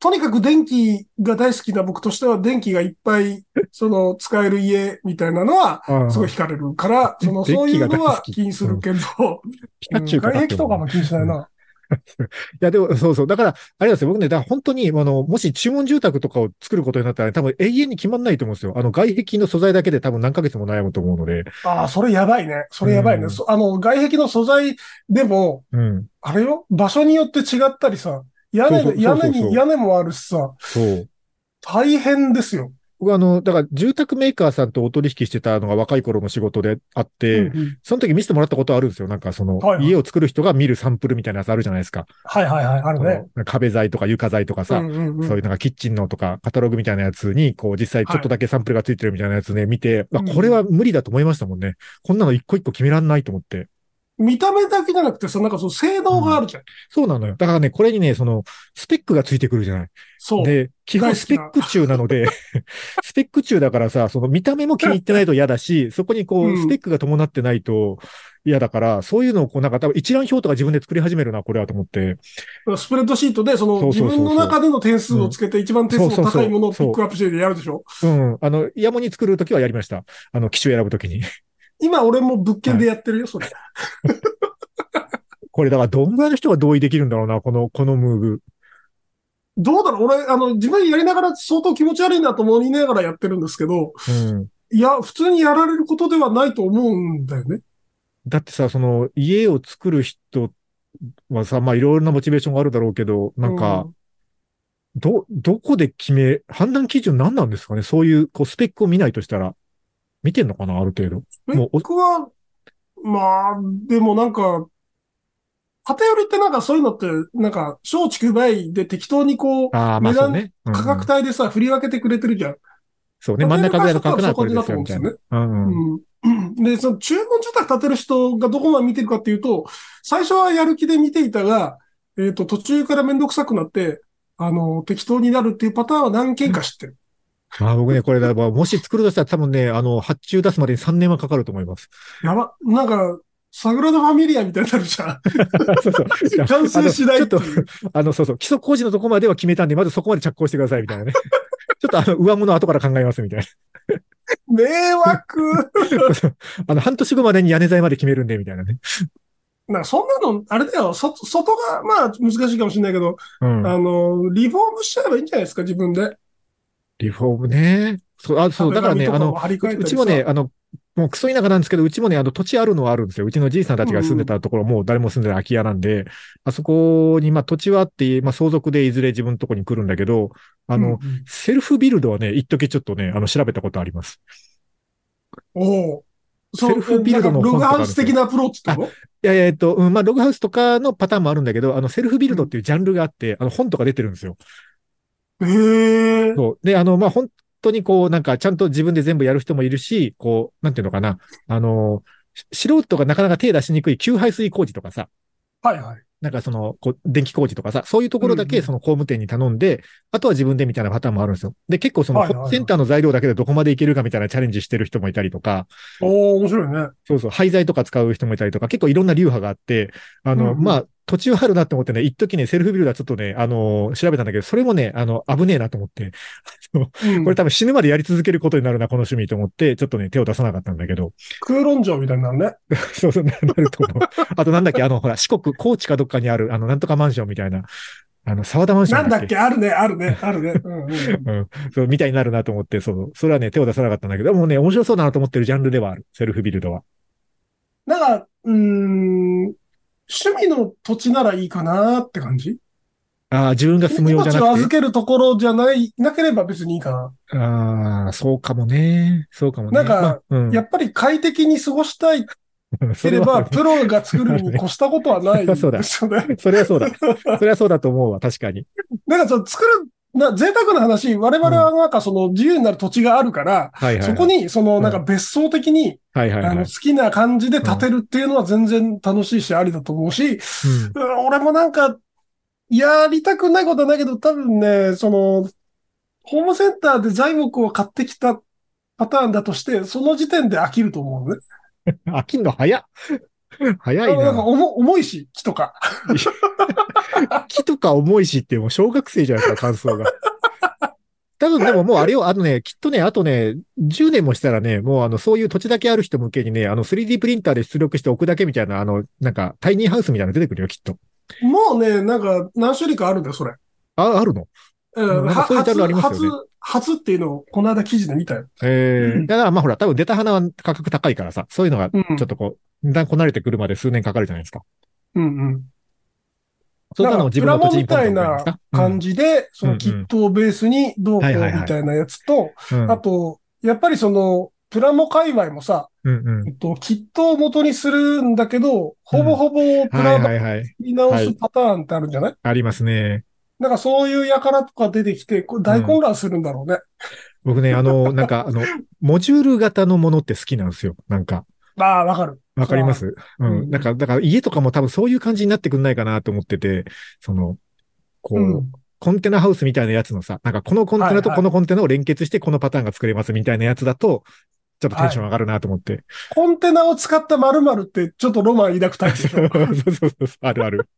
とにかく電気が大好きな僕としては、電気がいっぱい、その、使える家みたいなのは、
うん、うん
すごい惹かれるから、その、そういう
電気が
の
大
は
好き
気にするけど、
ピカチュウか
外
なって
壁
思
と
う
かも気にしないな。
いや、でも、そうそう。だから、あれなんですよ。僕ね、だから本当に、あの、もし注文住宅とかを作ることになったらね、多分永遠に決まんないと思うんですよ。あの、外壁の素材だけで多分何ヶ月も悩むと思うので。
ああ、それやばいね。それやばいね。
うん
そあの、外壁の素材でも、
うん。
あれよ、場所によって違ったりさ、屋根
そうそう
で、屋
そう
根
そう
に、
そう
屋根もあるしさ、
そう。
大変ですよ。
僕あの、だから、住宅メーカーさんとお取引してたのが若い頃の仕事であって、
うんうん
その時見せてもらったことあるんですよ。なんか、その、
はいはい
家を作る人が見るサンプルみたいなやつあるじゃないですか。
はいはいはい、あるね。
その壁材とか床材とかさ、
うんうんうん
そういうなんかキッチンのとか、カタログみたいなやつに、こう実際ちょっとだけサンプルがついてるみたいなやつね、見て、
うん
あこれは無理だと思いましたもんね。こんなの一個一個決めらんないと思って。
見た目だけじゃなくてさ、なんかその性能があるじゃん。
そうなのよ。だからね、これにね、その、スペックがついてくるじゃない。
そう。
で、基本
大好きな
スペック中なので、 スペック中だからさ、その見た目も気に入ってないと嫌だし、そこにこ
う
う、
ん
スペックが伴ってないと嫌だから、そういうのをこうなんか多分一覧表とか自分で作り始めるな、これはと思って。
スプレッドシートで、その
そう
自
そうそうそう
分の中での点数をつけて、一番点数の高いものをピックアップしてやるでしょ
うん。あの、イヤモニ作るときはやりました。あの、機種選ぶときに。
今俺も物件でやってるよ、それ。
これだからどんぐらいの人が同意できるんだろうな、この、このムーブ。
どうだろう俺、あの、自分やりながら相当気持ち悪いなと思いながらやってるんですけど、
うん。
いや、普通にやられることではないと思うんだよね。
だってさ、その、家を作る人はさ、まあいろいろなモチベーションがあるだろうけど、なんか、ど、どこで決め、判断基準何なんですかねそういう、こう、スペックを見ないとしたら、見てんのかなある程度。
うん、
もうお
僕は、まあ、でもなんか、偏りってなんかそういうのって、なんか、小畜梅で適当にこう、
ああ、まあ
値
そ
段
うね。うんうん
価格帯でさ、振り分けてくれてるじゃん。
そうね。
例えば
真ん中ぐらいの価格ならこれですよ、
そ
み
こ
た
だ
い
と
な。うんうん。
うん。で、その注文住宅建てる人がどこまで見てるかっていうと、最初はやる気で見ていたが、えっ、と、途中からめんどくさくなって、あの、適当になるっていうパターンは何件か知ってる。
まあ僕ね、これだ、まあもし作るとしたら多分ね、あの、発注出すまでに3年はかかると思います。
やば、なんか、サグラダ・ファミリアみたいになるじゃん。
そうそう。
完成しない
あ
っ
の
て
ちょっ
いう。
と、あの、そうそう。基礎工事のとこまでは決めたんで、まずそこまで着工してください、みたい なね。ちょっとあの、上物後から考えます、みたいな。
迷惑
あの、半年後までに屋根材まで決めるんで、みたいなね。
なんかそんなの、あれだよ、そ、外が、まあ、難しいかもしれないけど、
うん。
あの、リフォームしちゃえばいいんじゃないですか、自分で。
リフォームね。そう、あ、そう、だからね、あの、
張り替えたり
う
さ
ちもね、、あの、もうクソ田舎なんですけど、うちもね、あの土地あるのはあるんですよ。うちのじいさんたちが住んでたところ、もう誰も住んでない空き家なんで、あそこに、まあ土地はあって、まあ相続でいずれ自分のとこに来るんだけど、あの、
うんうん
セルフビルドはね、一時ちょっとね、あの、調べたことあります。
おお。そう
セルフビルドの
なんかロ
本
グ
とかあ
ハ
るん
ウ
で
ス
すよ
的なアプローチってこ
いやいや、えっと、うん、まあ、ログハウスとかのパターンもあるんだけど、あの、セルフビルドっていうジャンルがあって、あの、本とか出てるんですよ。
とへえ。
そう。で、あの、まあ、本当にこう、なんか、ちゃんと自分で全部やる人もいるし、こう、なんていうのかな。あの、し素人がなかなか手出しにくい給排水工事とかさ、
はいはい。
なんかその、こう、電気工事とかさ、そういうところだ
うん
け
うん
その工務店に頼んで、あとは自分でみたいなパターンもあるんですよ。で、結構その、
はい
ホ
はいはい
ットセンターの材料だけでどこまでいけるかみたいなチャレンジしてる人もいたりとか、
おお、面白いね。
そうそう、廃材とか使う人もいたりとか、結構いろんな流派があって、あの、
うんうん
まあ、土地はあるなって思ってね、一時ね、セルフビルダーちょっとね、あのー調べたんだけど、それもね、あの、危ねえなと思って、あの
うん
これ多分死ぬまでやり続けることになるな、この趣味と思って、ちょっとね、手を出さなかったんだけど、
空論城みたいになるね。
そうそう、ななると思う。あとなんだっけ、あの、ほら、四国、高知かどっかにある、あの、なんとかマンションみたいな、あの、沢田マンション
なんだっけあるね、あるね、あ るね。うんうん
うん、そう、みたいになるなと思って、そう、それはね、手を出さなかったんだけど、でもうね、面白そうだなと思ってるジャンルではある、セルフビルドは。
だから、うーん、趣味の土地ならいいかなって感じ。
ああ、自分が住むようじゃ
命
な
を
くて
預。けるところじゃない、なければ別にいいかな。
ああ、そうかもね。そうかもね。
なんか
まあ、うん
やっぱり快適に過ごしたい
そ
け
れ
れば、
は、
プロが作るに越したことはないです
そ
よ
りゃ
ね。
それはそうだ。それはそうだと思うわ、確かに。
なんかその作る、な贅沢な話、我々はなんかその自由になる土地があるから、
はいはい、はい。
そこにそのなんか
うん
別荘的に、
はいはい、はい
あの好きな感じで建てるっていうのは全然楽しいし、ありだと思うし、
うん
うん俺もなんか、やりたくないことはないけど、多分ね、その、ホームセンターで材木を買ってきたパターンだとして、その時点で飽きると思うのね。
飽きんの早っ。早い
あのなんか
な。
重重いし、木とか。
木とか重いしって、もう小学生じゃないですか、感想が。 多分でももうあれよ、あのね、きっとね、あとね、10年もしたらね、もうあの、そういう土地だけある人向けにね、あの、3D プリンターで出力して置くだけみたいな、あの、なんか、タイニーハウスみたいなの出てくるよ、きっと。
もうね、なんか何種類かあるんだよ、それ。
あ、あるの
うん
なんかそういうジャンルありますよね
初、初っていうのをこの間記事で見たよ。
ええ
うん
だからまあほら、多分出た花は価格高いからさ、そういうのが
うん
ちょっとこう、だんこなれてくるまで数年かかるじゃないですか。
うんうん。
そういったのを自分の土地に
プラモみたいな感じで、そのキットをベースにどうこうみたいなやつと、
じ。うん
あと、やっぱりその、プラモ界隈もさ、
うんうん
えっと、キットを元にするんだけど、ほぼほぼプ
は
ラ
い
モ
はいはい。
に直すパターンってあるんじゃない、
ありますね。
なんかそういう輩とか出てきて、これ大混乱するんだろうね。
僕ね、あ の、なんか、あの、モジュール型のものって好きなんですよ。なんか。
ああ、わかる。
わかりますう
うん
ん。なんか、だから家とかも多分そういう感じになってくんないかなと思ってて、その、こう、
うん。
コンテナハウスみたいなやつのさ、なんかこのコンテナとこのコンテナを連結してこのパターンが作れますみたいなやつだと、ちょっとテンション上がるなと思って。
コンテナを使った〇〇ってちょっとロマン抱くタイプでし
そ
ょ
うそうそうそう、あるある。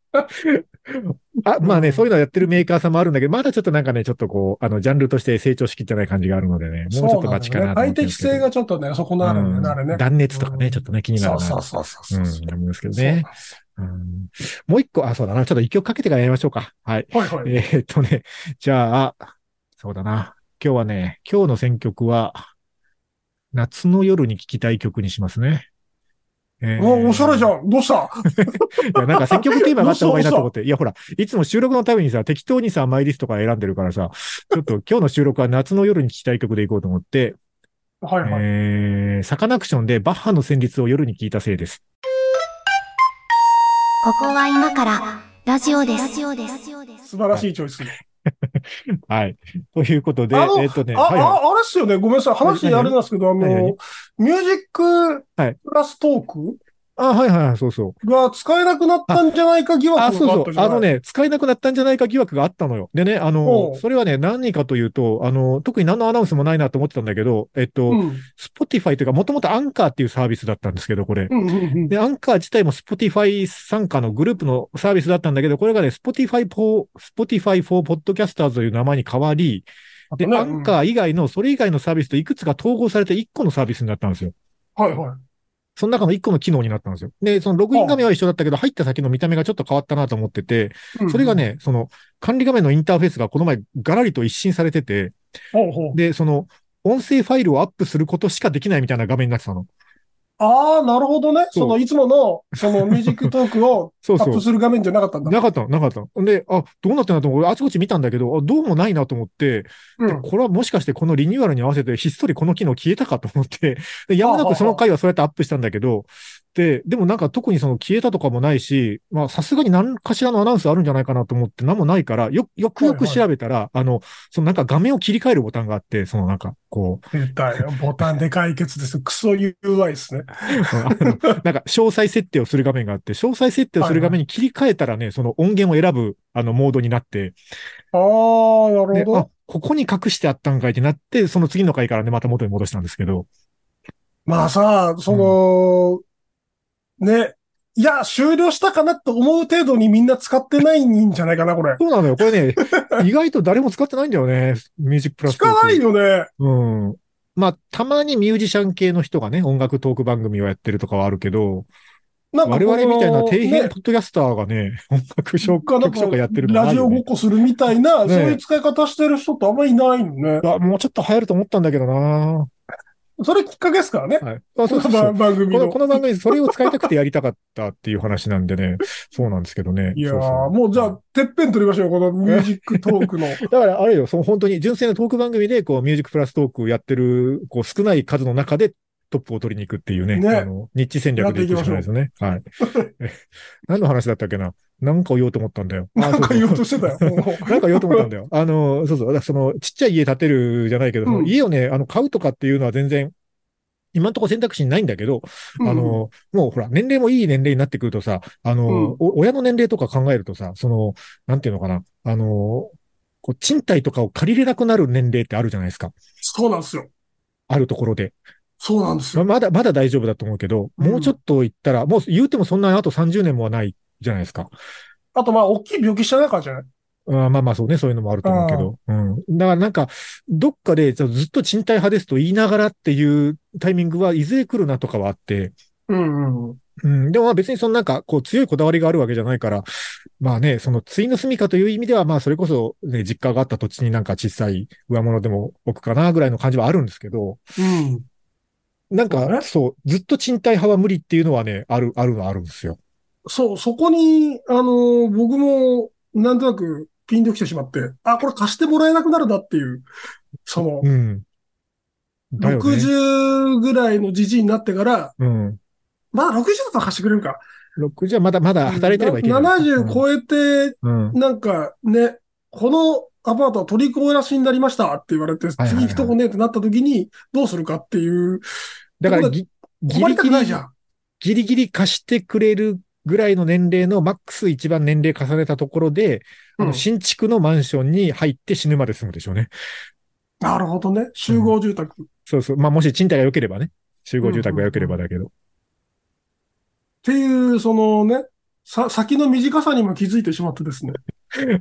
あまあ
う
ね、
ん
そういうのやってるメーカーさんもあるんだけど、まだちょっとなんかね、ちょっとこう、あの、ジャンルとして成長しきってない感じがあるのでね、もうちょっと待ちかなと思
快
ってるんで
適
すけど。
性がちょっとね、そこなるんだよね、あれ
う
ね
ん。断熱とか
う
ね、
ん
ちょっとね、気になる
そ
な
う
と。
そうそうそうう。
ん、
そう
思うんですけど
なん
ね。
ですよ
うんもう一個、あ、そうだな。ちょっと一曲かけてからやりましょうか。はい。
はいはい。
えーっとね、じゃあ、そうだな。今日はね、今日の選曲は、夏の夜に聴きたい曲にしますね。えー
お、おしゃれじゃん。どうした
いや、なんか積極テーマがあった方がいいなと思って。いや、ほら、いつも収録のためにさ、適当にさ、マイリストから選んでるから さ、ちょっと今日の収録は夏の夜に聴きたい曲でいこうと思って、
はいはい。
えー、サカナクションでバッハの旋律を夜に聴いたせいです。
ここは今からラジオです。ラジオです。
素晴らしいチョイス。
はい。 ということで、
あの
えっとね、
あ、
はいは
あ、あれっすよね。ごめんなさい。話あれなんですけど、あの、
何何
ミュージック
はい
プラストーク
い。あ、はいはいはい、そうそう。
が使えなくなったんじゃないか疑
あ、
惑
そう
があ
そ
った
う。
じゃない
あのね、使えなくなったんじゃないか疑惑があったのよ。でね、あ
お
の、
う
それはね、何かというと、あの、特に何のアナウンスもないなと思ってたんだけど、えっと、スポティファイというか、もともとアンカーっていうサービスだったんですけど、これ。
うん。うんうんうん。
で、アンカー自体も Spotify 参加のグループのサービスだったんだけど、これがね、Spotify for, Spotify for Podcasters という名前に変わり、
あ
で、
とね
アンカー以外の、それ以外のサービスといくつか統合されて1個のサービスになったんですよ。
うんはいはい。
その中の1個の機能になったんですよ。で、そのログイン画面は一緒だったけど、入った先の見た目がちょっと変わったなと思ってて、
うん
それが、ね、その管理画面のインターフェースがこの前ガラリと一新されてて、
ほうほう。
で、その音声ファイルをアップすることしかできないみたいな画面になってたの。
ああ、なるほどね。
そう
その、いつもの、その、ミュージックトークを
そう
ア
そ
ッ
う
プ。する画面じゃなかったんだ。
なかったの、なかったの。で、あ、どうなってんだと思う。俺、あちこち見たんだけど、あどうもないなと思って、
う
で
ん。
これはもしかしてこのリニューアルに合わせてひっそりこの機能消えたかと思って、でやむなくその回はそうやってアップしたんだけど、で、でもなんか特にその消えたとかもないし、まあさすがに何かしらのアナウンスあるんじゃないかなと思って何もないから、よ、よくよく調べたら、あの、そのなんか画面を切り替えるボタンがあって、そのなんか、こう、
出たよ。ボタンで解決ですよ。クソ UI ですね。
あのなんか詳細設定をする画面があって、詳細設定をする画面に切り替えたらね、その音源を選ぶ、あの、モードになって、
ああ、な
で
るほ
あ
ど。、
ここに隠してあったんかいってなって、その次の回からね、また元に戻したんですけど。
まあさ、その、ね。いや、終了したかなと思う程度にみんな使ってないんじゃないかな、これ。
そうなのよ。これね、 意外と誰も使ってないんだよね。ミュージックプラス
聞かない
よ。
よね。
うん。まあ、たまにミュージシャン系の人がね、音楽トーク番組をやってるとかはあるけど、
なんか
我
この
々みたいな底辺
ね
ポッドキャスターがね、音楽紹
が
介、
なん
曲
か
紹介やってるのは
ラ
ない
ジオ
よ
ごっ
ね
こするみたいな、
ね
そういう使い方してる人ってあんまりいないのね
い。やもうちょっと流行ると思ったんだけどなは
それきっかけですからね
い。。あそうそう
こ
そ
の
う。
番組
こ
の。
の、この番組それを使いたくてやりたかったっていう話なんでね。そうなんですけどね。
いや
そ
ー
うそう
もうじゃあ、てっぺん取りましょう、このミュージックト ークの。
だから、あれよ、その本当に純正のトーク番組で、こう、ミュージックプラストークをやってる、こう、少ない数の中でトップを取りに行くっていうね、
ね
あの、ニッチ戦略でいくしかないですよね。はい。 え何の話だったっけななんかを言おうと思ったんだ よ。あ
なんか言おう
そ
と
う
してたよ。も
そうなんか言おうと思ったんだよ。あの、そうそう。だからその、ちっちゃい家建てるじゃないけど、その
うん
家をね、あの、買うとかっていうのは全然、今んとこ選択肢にないんだけど、
う
あ、の、もうほら、年齢もいい年齢になってくるとさ、あの、
うん
お親の年齢とか考えるとさ、その、なんていうのかな、あの、こう、賃貸とかを借りれなくなる年齢ってあるじゃないですか。
そうなんですよ。
あるところで。
そうなんです
ま
よ。
まだ、まだ大丈夫だと思うけど、
うん
もうちょっと行ったら、もう言うてもそんなあと30年もはないじゃないですか。
あと、まあ、大きい病気してないからじゃない
あまあまあそうね、そういうのもあると思うけど。うん。だからなんか、どっかでちょずっと賃貸派ですと言いながらっていうタイミングはいずれ来るなとかはあって、
うんうん。
うん、でもまあ別にそのなんか、こう強いこだわりがあるわけじゃないから、まあね、その、ついの住みかという意味では、まあそれこそ、ね、実家があった土地になんか小さい上物でも置くかな、ぐらいの感じはあるんですけど、
うん。
なん
そう
か、
ね
そう、ずっと賃貸派は無理っていうのはね、ある、あるのはあるんですよ。
そう、そこに、あのー僕も、なんとなく、ピンときてしまって、あ、これ貸してもらえなくなるなっていう、その、
うん。だよね。
60ぐらいのじじいになってから、
うん。
まあ、60だったら貸してくれるか。
60はまだまだ働いてればいけない。
70超えて、
うん。
なんかね、このアパートは取り壊らしになりましたって言われて、
はいはい
次行くとこねってなった時に、どうするかっていう、
だからぎ、ギ
困り
リ
た
ギ
くない
リ
じゃ、ん。
ギリギリ貸してくれるぐらいの年齢のマックス一番年齢重ねたところで、あ
う
の
ん
新築のマンションに入って死ぬまで住むでしょうね。
なるほどね。集合住宅。
そうそう。まあ、もし賃貸が良ければね。集合住宅が良ければだけど。
っていう、そのね、さ、先の短さにも気づいてしまってですね。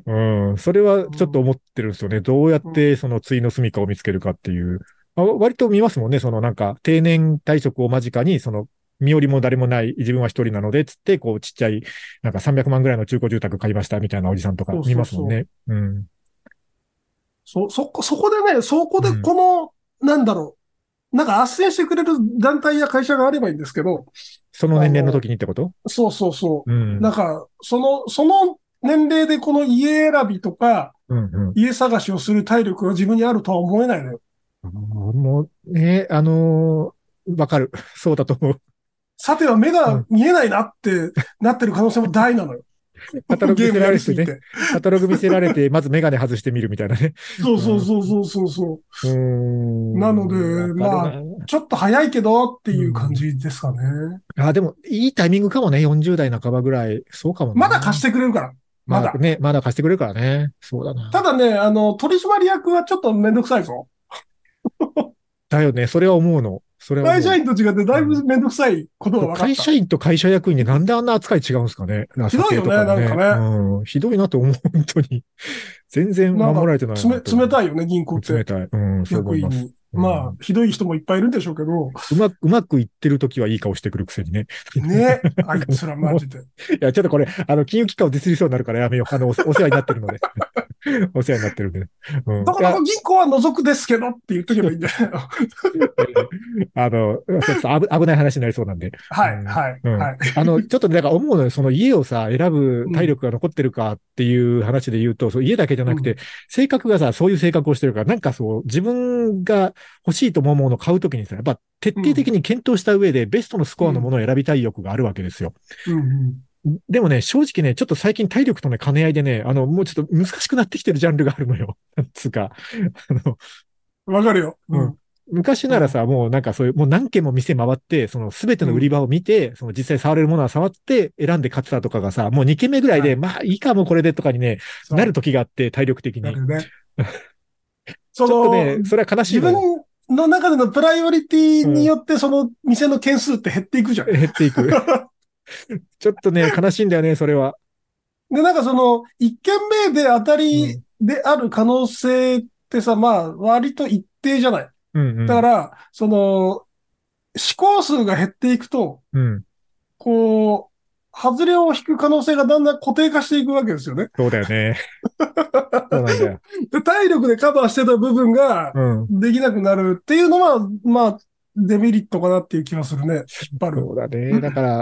うん。それはちょっと思ってるんですよね。どうやってその対の住みかを見つけるかっていう。あ割と見ますもんね。そのなんか定年退職を間近に、その身寄りも誰もない、自分は一人なので、つって、こうちっちゃい、なんか300万ぐらいの中古住宅買いましたみたいなおじさんとか
そうそうそう
見ますもんね。うん。
そ、そこ、そこでね、そこでこの、なんだろう。なんか斡旋してくれる団体や会社があればいいんですけど、
その年齢の時にってこと
そうそうそうう。
ん。
なんか、その、その年齢でこの家選びとか、
うんうん。
家探しをする体力が自分にあるとは思えないのよ。
あのもうね、あのーわかる。 そうだと思う。
さては目が見えないな ってなってる可能性も大なのよ。
カタログ見
ゲーム
せ
や
ら
り
れ
す
て
ぎ
ね。
て。
カタログ見せられて、まずメガネ外してみるみたいな ね。
そうそうそうそうそうそう
ーん
なので
わかる
う。ちょっと早いけどっていう感じですかね。
なあ、でも、いいタイミングかもね。40代半ばぐらい。そうかもね。
まだ貸してくれるから。まだ
ね、まだ貸してくれるからね。そうだな。
ただね、あの、取締役はちょっとめんどくさいぞ。
だよね。それは思うの。それは思う
会社員と違ってだいぶめんどくさいことが分かっ
会社員と会社役員でなんであんな扱い違うんですかね。
ひどい
査定
よね
と
なんか
うん。ひどいなと思う、本当に。 全然守られてない
た。
な
つ
と思
め
う
冷たいよね、銀行っ
冷
て。
たい。うん、そう思
役
い
員
ます。
に。まあ、ひどい人もいっぱいいるんでしょう けど、
うまく、うまくいってる時はいい顔してくるくせにね。
ね、あいつらマジで。
いや、ちょっとこれ、あの、金融機関をディスりそうになるからやめよう。あの、おお世話になってるので。お世話になってるんでね。うん
どこどこ銀行は除くですけどって言っとけばいいんで。
あの、そうそう危危ない話になりそうなんで。
は
う
い、
ん
はい、
うん
はい。
あ の、ちょっとねなんか思うのよ。その家をさ、選ぶ体力が残ってるかっていう話で言うと、そう家だけじゃなくて、
う
性格がさ、そういう性格をしてるから、なんかそう、自分が欲しいと思うものを買うときにさ、やっぱ徹底的に検討した上で、ベストのスコアのものを選びたい欲があるわけですよ。
うんうん
でもね、正直ね、ちょっと最近体力との兼ね合いでね、あの、もうちょっと難しくなってきてるジャンルがあるのよ。 なんつうか、あの、
わかるよ。う
うん
ん。
昔ならさ、もうなんかそういう、もう何軒も店回って、そのすべての売り場を見て、その実際触れるものは触って選んで買ってたとかがさ、もう2軒目ぐらいで、
は
まあいいかもうこれでとかにね、
そう
なる時があって、体力的に。
な
ち
る
ょっ
よ ね。そ
と
の、
ね、それは悲しい
自
の
分
よ。
の中でのプライオリティによって、その店の件数って減ってい くじゃん。
減っていく。 ちょっとね、悲しいんだよね、それは。
で、なんかその、一軒目で当たりである可能性ってさ、まあ、割と一定じゃない。
うん、うん。
だから、その、試行数が減っていくと、
うん。
こう、外れを引く可能性がだんだん固定化していくわけですよね。
そうだよ ね。そうなんだよ。
で、体力でカバーしてた部分が
うん。
できなくなるっていうのは、まあ、デメリットかなっていう気がするね。引っ張る。
そうだね。だから、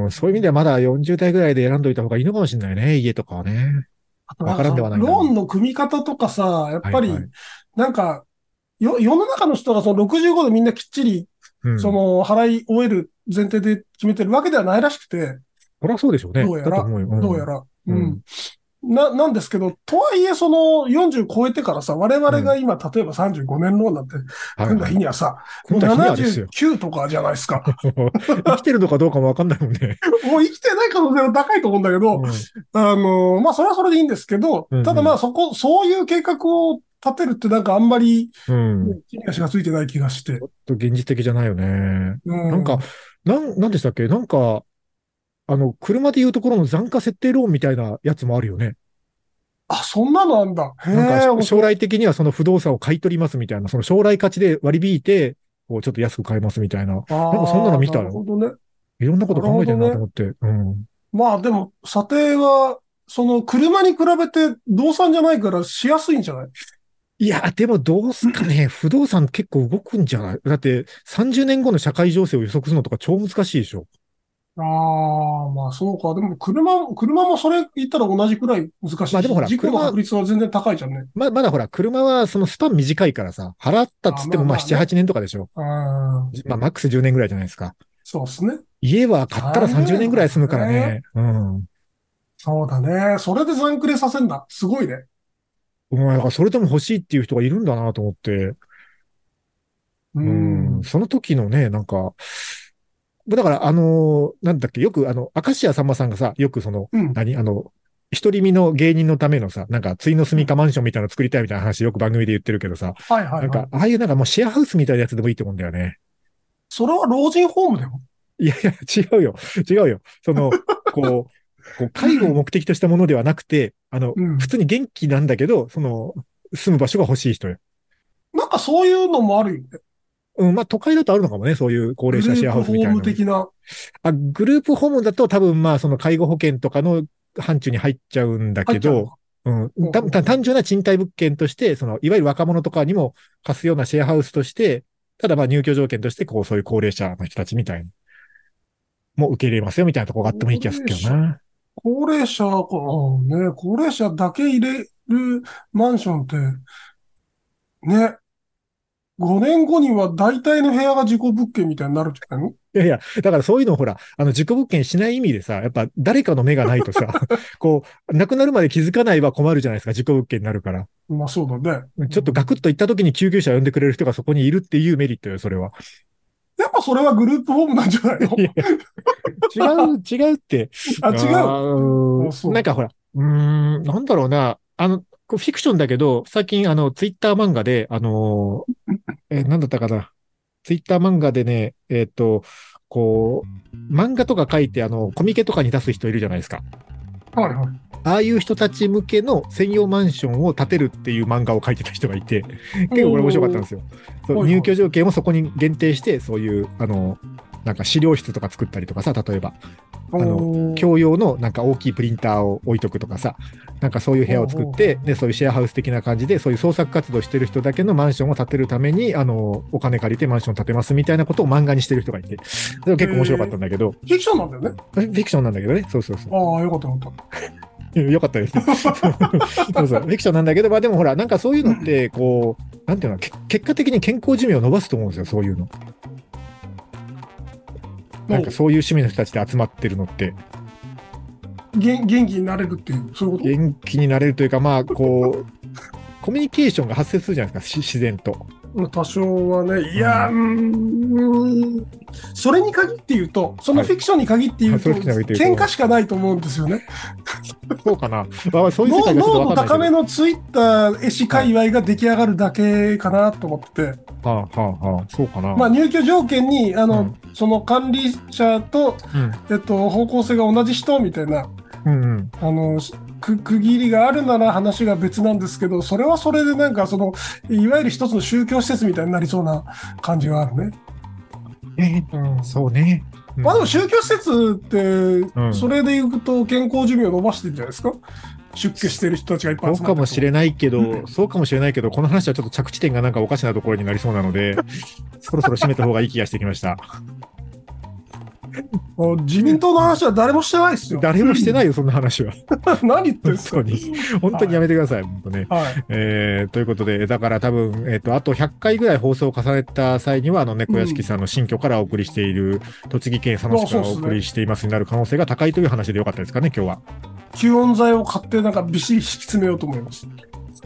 うん。そういう意味ではまだ40代ぐらいで選んどいた方がいいのかもしれないね、家とかはね。わからんではないな
ローンの組み方とかさ、やっぱり
はいはい、
なんか、よ、世の中の人がその65でみんなきっちり、
うん。
その、払い終える前提で決めてるわけではないらしくて、
そりゃそうでしょうね。
どうやら
だと思よん
どうやら。
う
うんん。な、なんですけど、とはいえその40超えてからさ、我々が今、例えば35年ローンなんて
はい
組んだ
はい
日にはさ、
こんな日にはですよ。
79とかじゃないですか。
生きてるのかどうかもわかんないもんね。
もう生きてない可能性が高いと思うんだけど、あの、まあ、それはそれでいいんですけど、
うんうん
ただまあ、そこ、そういう計画を立てるってなんかあんまり、
うん。ち
地に足がついてない気がして
ょ。っと現実的じゃないよね。
うん
なんか、なん、なんでしたっけなんか、あの、車で言うところの残価設定ローンみたいなやつもあるよね。
あ、そんなのあんだ。へえ、
なんか、
面白い
将来的にはその不動産を買い取りますみたいな、その将来価値で割り引いて、こう、ちょっと安く買えますみたいな、
あー
なんかそんなの見たよ
なるほどね。
いろんなこと考えてるなと思って。うん。
まあ、でも、査定は、その、車に比べて、動産じゃないからしやすいんじゃない
いや、でもどうすか ね、不動産結構動くんじゃないだって、30年後の社会情勢を予測するのとか超難しいでしょ。
ああ、まあ、そうか。でも、車、車もそれ言ったら同じくらい難しいし。
まあでもほら
事故の
車
確率は全然高いじゃんね。
ま、まだほら、車はそのスパン短いからさ、払ったっつってもま
あま
あ7、
あまあね
8年とかでしょ。
うん。
まあ、マックス10年ぐらいじゃないですか。
そうですね。
家は買ったら30年ぐらい住むからね。うん。
そうだね。それで残クレさせんだ。すごいね。
お前、だからそれでも欲しいっていう人がいるんだなと思って。
う
うん。。その時のね、なんか、だから、あのーなんだっけ、よくあの、明石家さんまさんがさ、よくその、
うん。
何あの、一人身の芸人のためのさ、なんか、ついの住みかマンションみたいなの作りたいみたいな話よく番組で言ってるけどさ、
はいはい、はい。
なんか、ああいうなんかもうシェアハウスみたいなやつでもいいと思うんだよね。
それは老人ホームでも。
いやいや、違うよ。違うよ。その、こう、こう介護を目的としたものではなくて、あの、
うん
普通に元気なんだけど、その、住む場所が欲しい人よ。
なんかそういうのもあるよね。
うん、まあ、都会だとあるのかもね、そういう高
グ
齢
ル
者シェ
ー
アハ
プ
ウス
ホ
みた
ー
いな
ム
の。
的な。
あ、グループホームだと多分まあ、その介護保険とかの範疇に入っちゃうんだけど、うん、たた単純な賃貸物件として、その、いわゆる若者とかにも貸すようなシェアハウスとして、ただまあ入居条件として、こう、そういう高齢者の人たちみたいな、もう受け入れますよみたいなとこがあってもいい気がするけどな。
高齢者、こうね、高齢者だけ入れるマンションって、ね。5年後には大体の部屋が事故物件みたいになるんじゃないの
いやいや、だからそういうのをほら、あの、自己物件しない意味でさ、やっぱ誰かの目がない とさ、こう、亡くなるまで気づかないは困るじゃないですか、自己物件になるから。
まあそうだね。
ちょっとガクッと行った時に救急車呼んでくれる人がそこにいるっていうメリットよ、それは。
やっぱそれはグループホームなんじゃないの
違う、違うって。
あ、違う。
う
あそう
なんかほら、うーん、なんだろうな、あの、こうフィクションだけど、最近あの、ツイッター漫画で、あのーえ、なんだったかな。ツイッター漫画でね、えっ、と、こう、漫画とか書いて、あの、コミケとかに出す人いるじゃないですか。
はいはい。
ああいう人たち向けの専用マンションを建てるっていう漫画を書いてた人がいて、 結構これ面白かったんですよ。そう
はいはい
入居条件をそこに限定して、そういう、あの、なんか資料室とか作ったりとかさ、例えば、あの、共用のなんか大きいプリンターを置いとくとかさ、なんかそういう部屋を作って、で、そういうシェアハウス的な感じで、そういう創作活動してる人だけのマンションを建てるために、あの、お金借りてマンション建てますみたいなことを漫画にしてる人がいて、それは結構面白かったんだけど、
フィクションなんだよね。
フィクションなんだけどね、そうそうそう。
ああ、よかったよかった。
よかったです。 そうそう。フィクションなんだけど、まあでもほら、なんかそういうのって、こう、なんていうの、け結果的に健康寿命を伸ばすと思うんですよ、そういうの。なんかそういう趣味の人たちで集まってるのって、
元元気になれるっていう、そういうこと
元気になれるというか、まあ、こう、コミュニケーションが発生するじゃないですか、し自然と。
まあ多少はね、いやー、うーん、それに限って言うと、そのフィクションに限って言うと、
はいはいそれに限って言
喧
うと
嘩しかないと思うんですよね。
そうかな。まあ、そういう世
脳
界がちょっと
脳の
わ
高
かんな
め
いけ
のツイッター絵師界隈が出来上がるだけかなと思ってて、
ど。はあ、はあ、はあ、そうかな。
まあ、入居条件にあの、
うん
その管理者と、えっと、方向性が同じ人みたいな
うん、うん、うん。
あのしく区切りがあるなら話が別なんですけどそれはそれでなんかそのいわゆる一つの宗教施設みたいになりそうな感じがあるね。
えーそうね。うん
まあでも宗教施設って、
うん
それでいくと健康寿命を伸ばしてるんじゃないですか出家してる人たちがいっぱい
そうかもしれ
ない。
ないけど、
う
そうかもしれないけど、この話はちょっと着地点がなんかおかしなところになりそうなの で、そろそろ締めた方がいい気がしてきました。
あ自民党の話は誰もしてないですよ。
誰もしてないよ、そんな話は。
何言ってん
本
すか
当に。本当にやめてください、本当ね。
はい。
えーということで、だから多分、えっ、と、あと100回ぐらい放送を重ねた際には、あの、猫屋敷さんの新居からお送りしている、栃木県佐野市からお送りしていますになる可能性が高いという話でよかったですかね、今日は。
吸音材を買って、なんかびっしり引き詰めようと思います。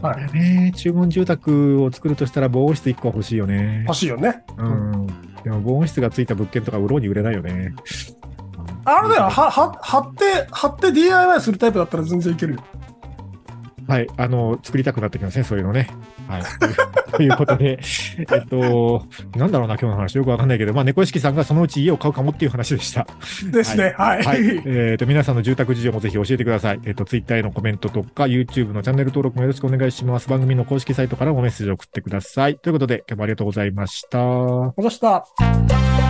はい。
ね、注文住宅を作るとしたら防音室1個は欲しいよね。
欲しいよね。
うん。でも防音室がついた物件とか売ろうに売れないよね。
あれだよ、は、は、貼って、貼って DIY するタイプだったら全然いけるよ。
はい。あの、作りたくなってきますね、そういうのね。はい。 ということで、えっと、なんだろうな、今日の話、よくわかんないけど、まあ、猫屋敷さんがそのうち家を買うかもっていう話でした。
ですね。はい。
はい。 えっと、皆さんの住宅事情もぜひ教えてください。えっと、ツイッターへのコメントとか、YouTube のチャンネル登録もよろしくお願いします。番組の公式サイトからもメッセージを送ってください。ということで、今日もありがとうございました。
戻した。
ラジオです。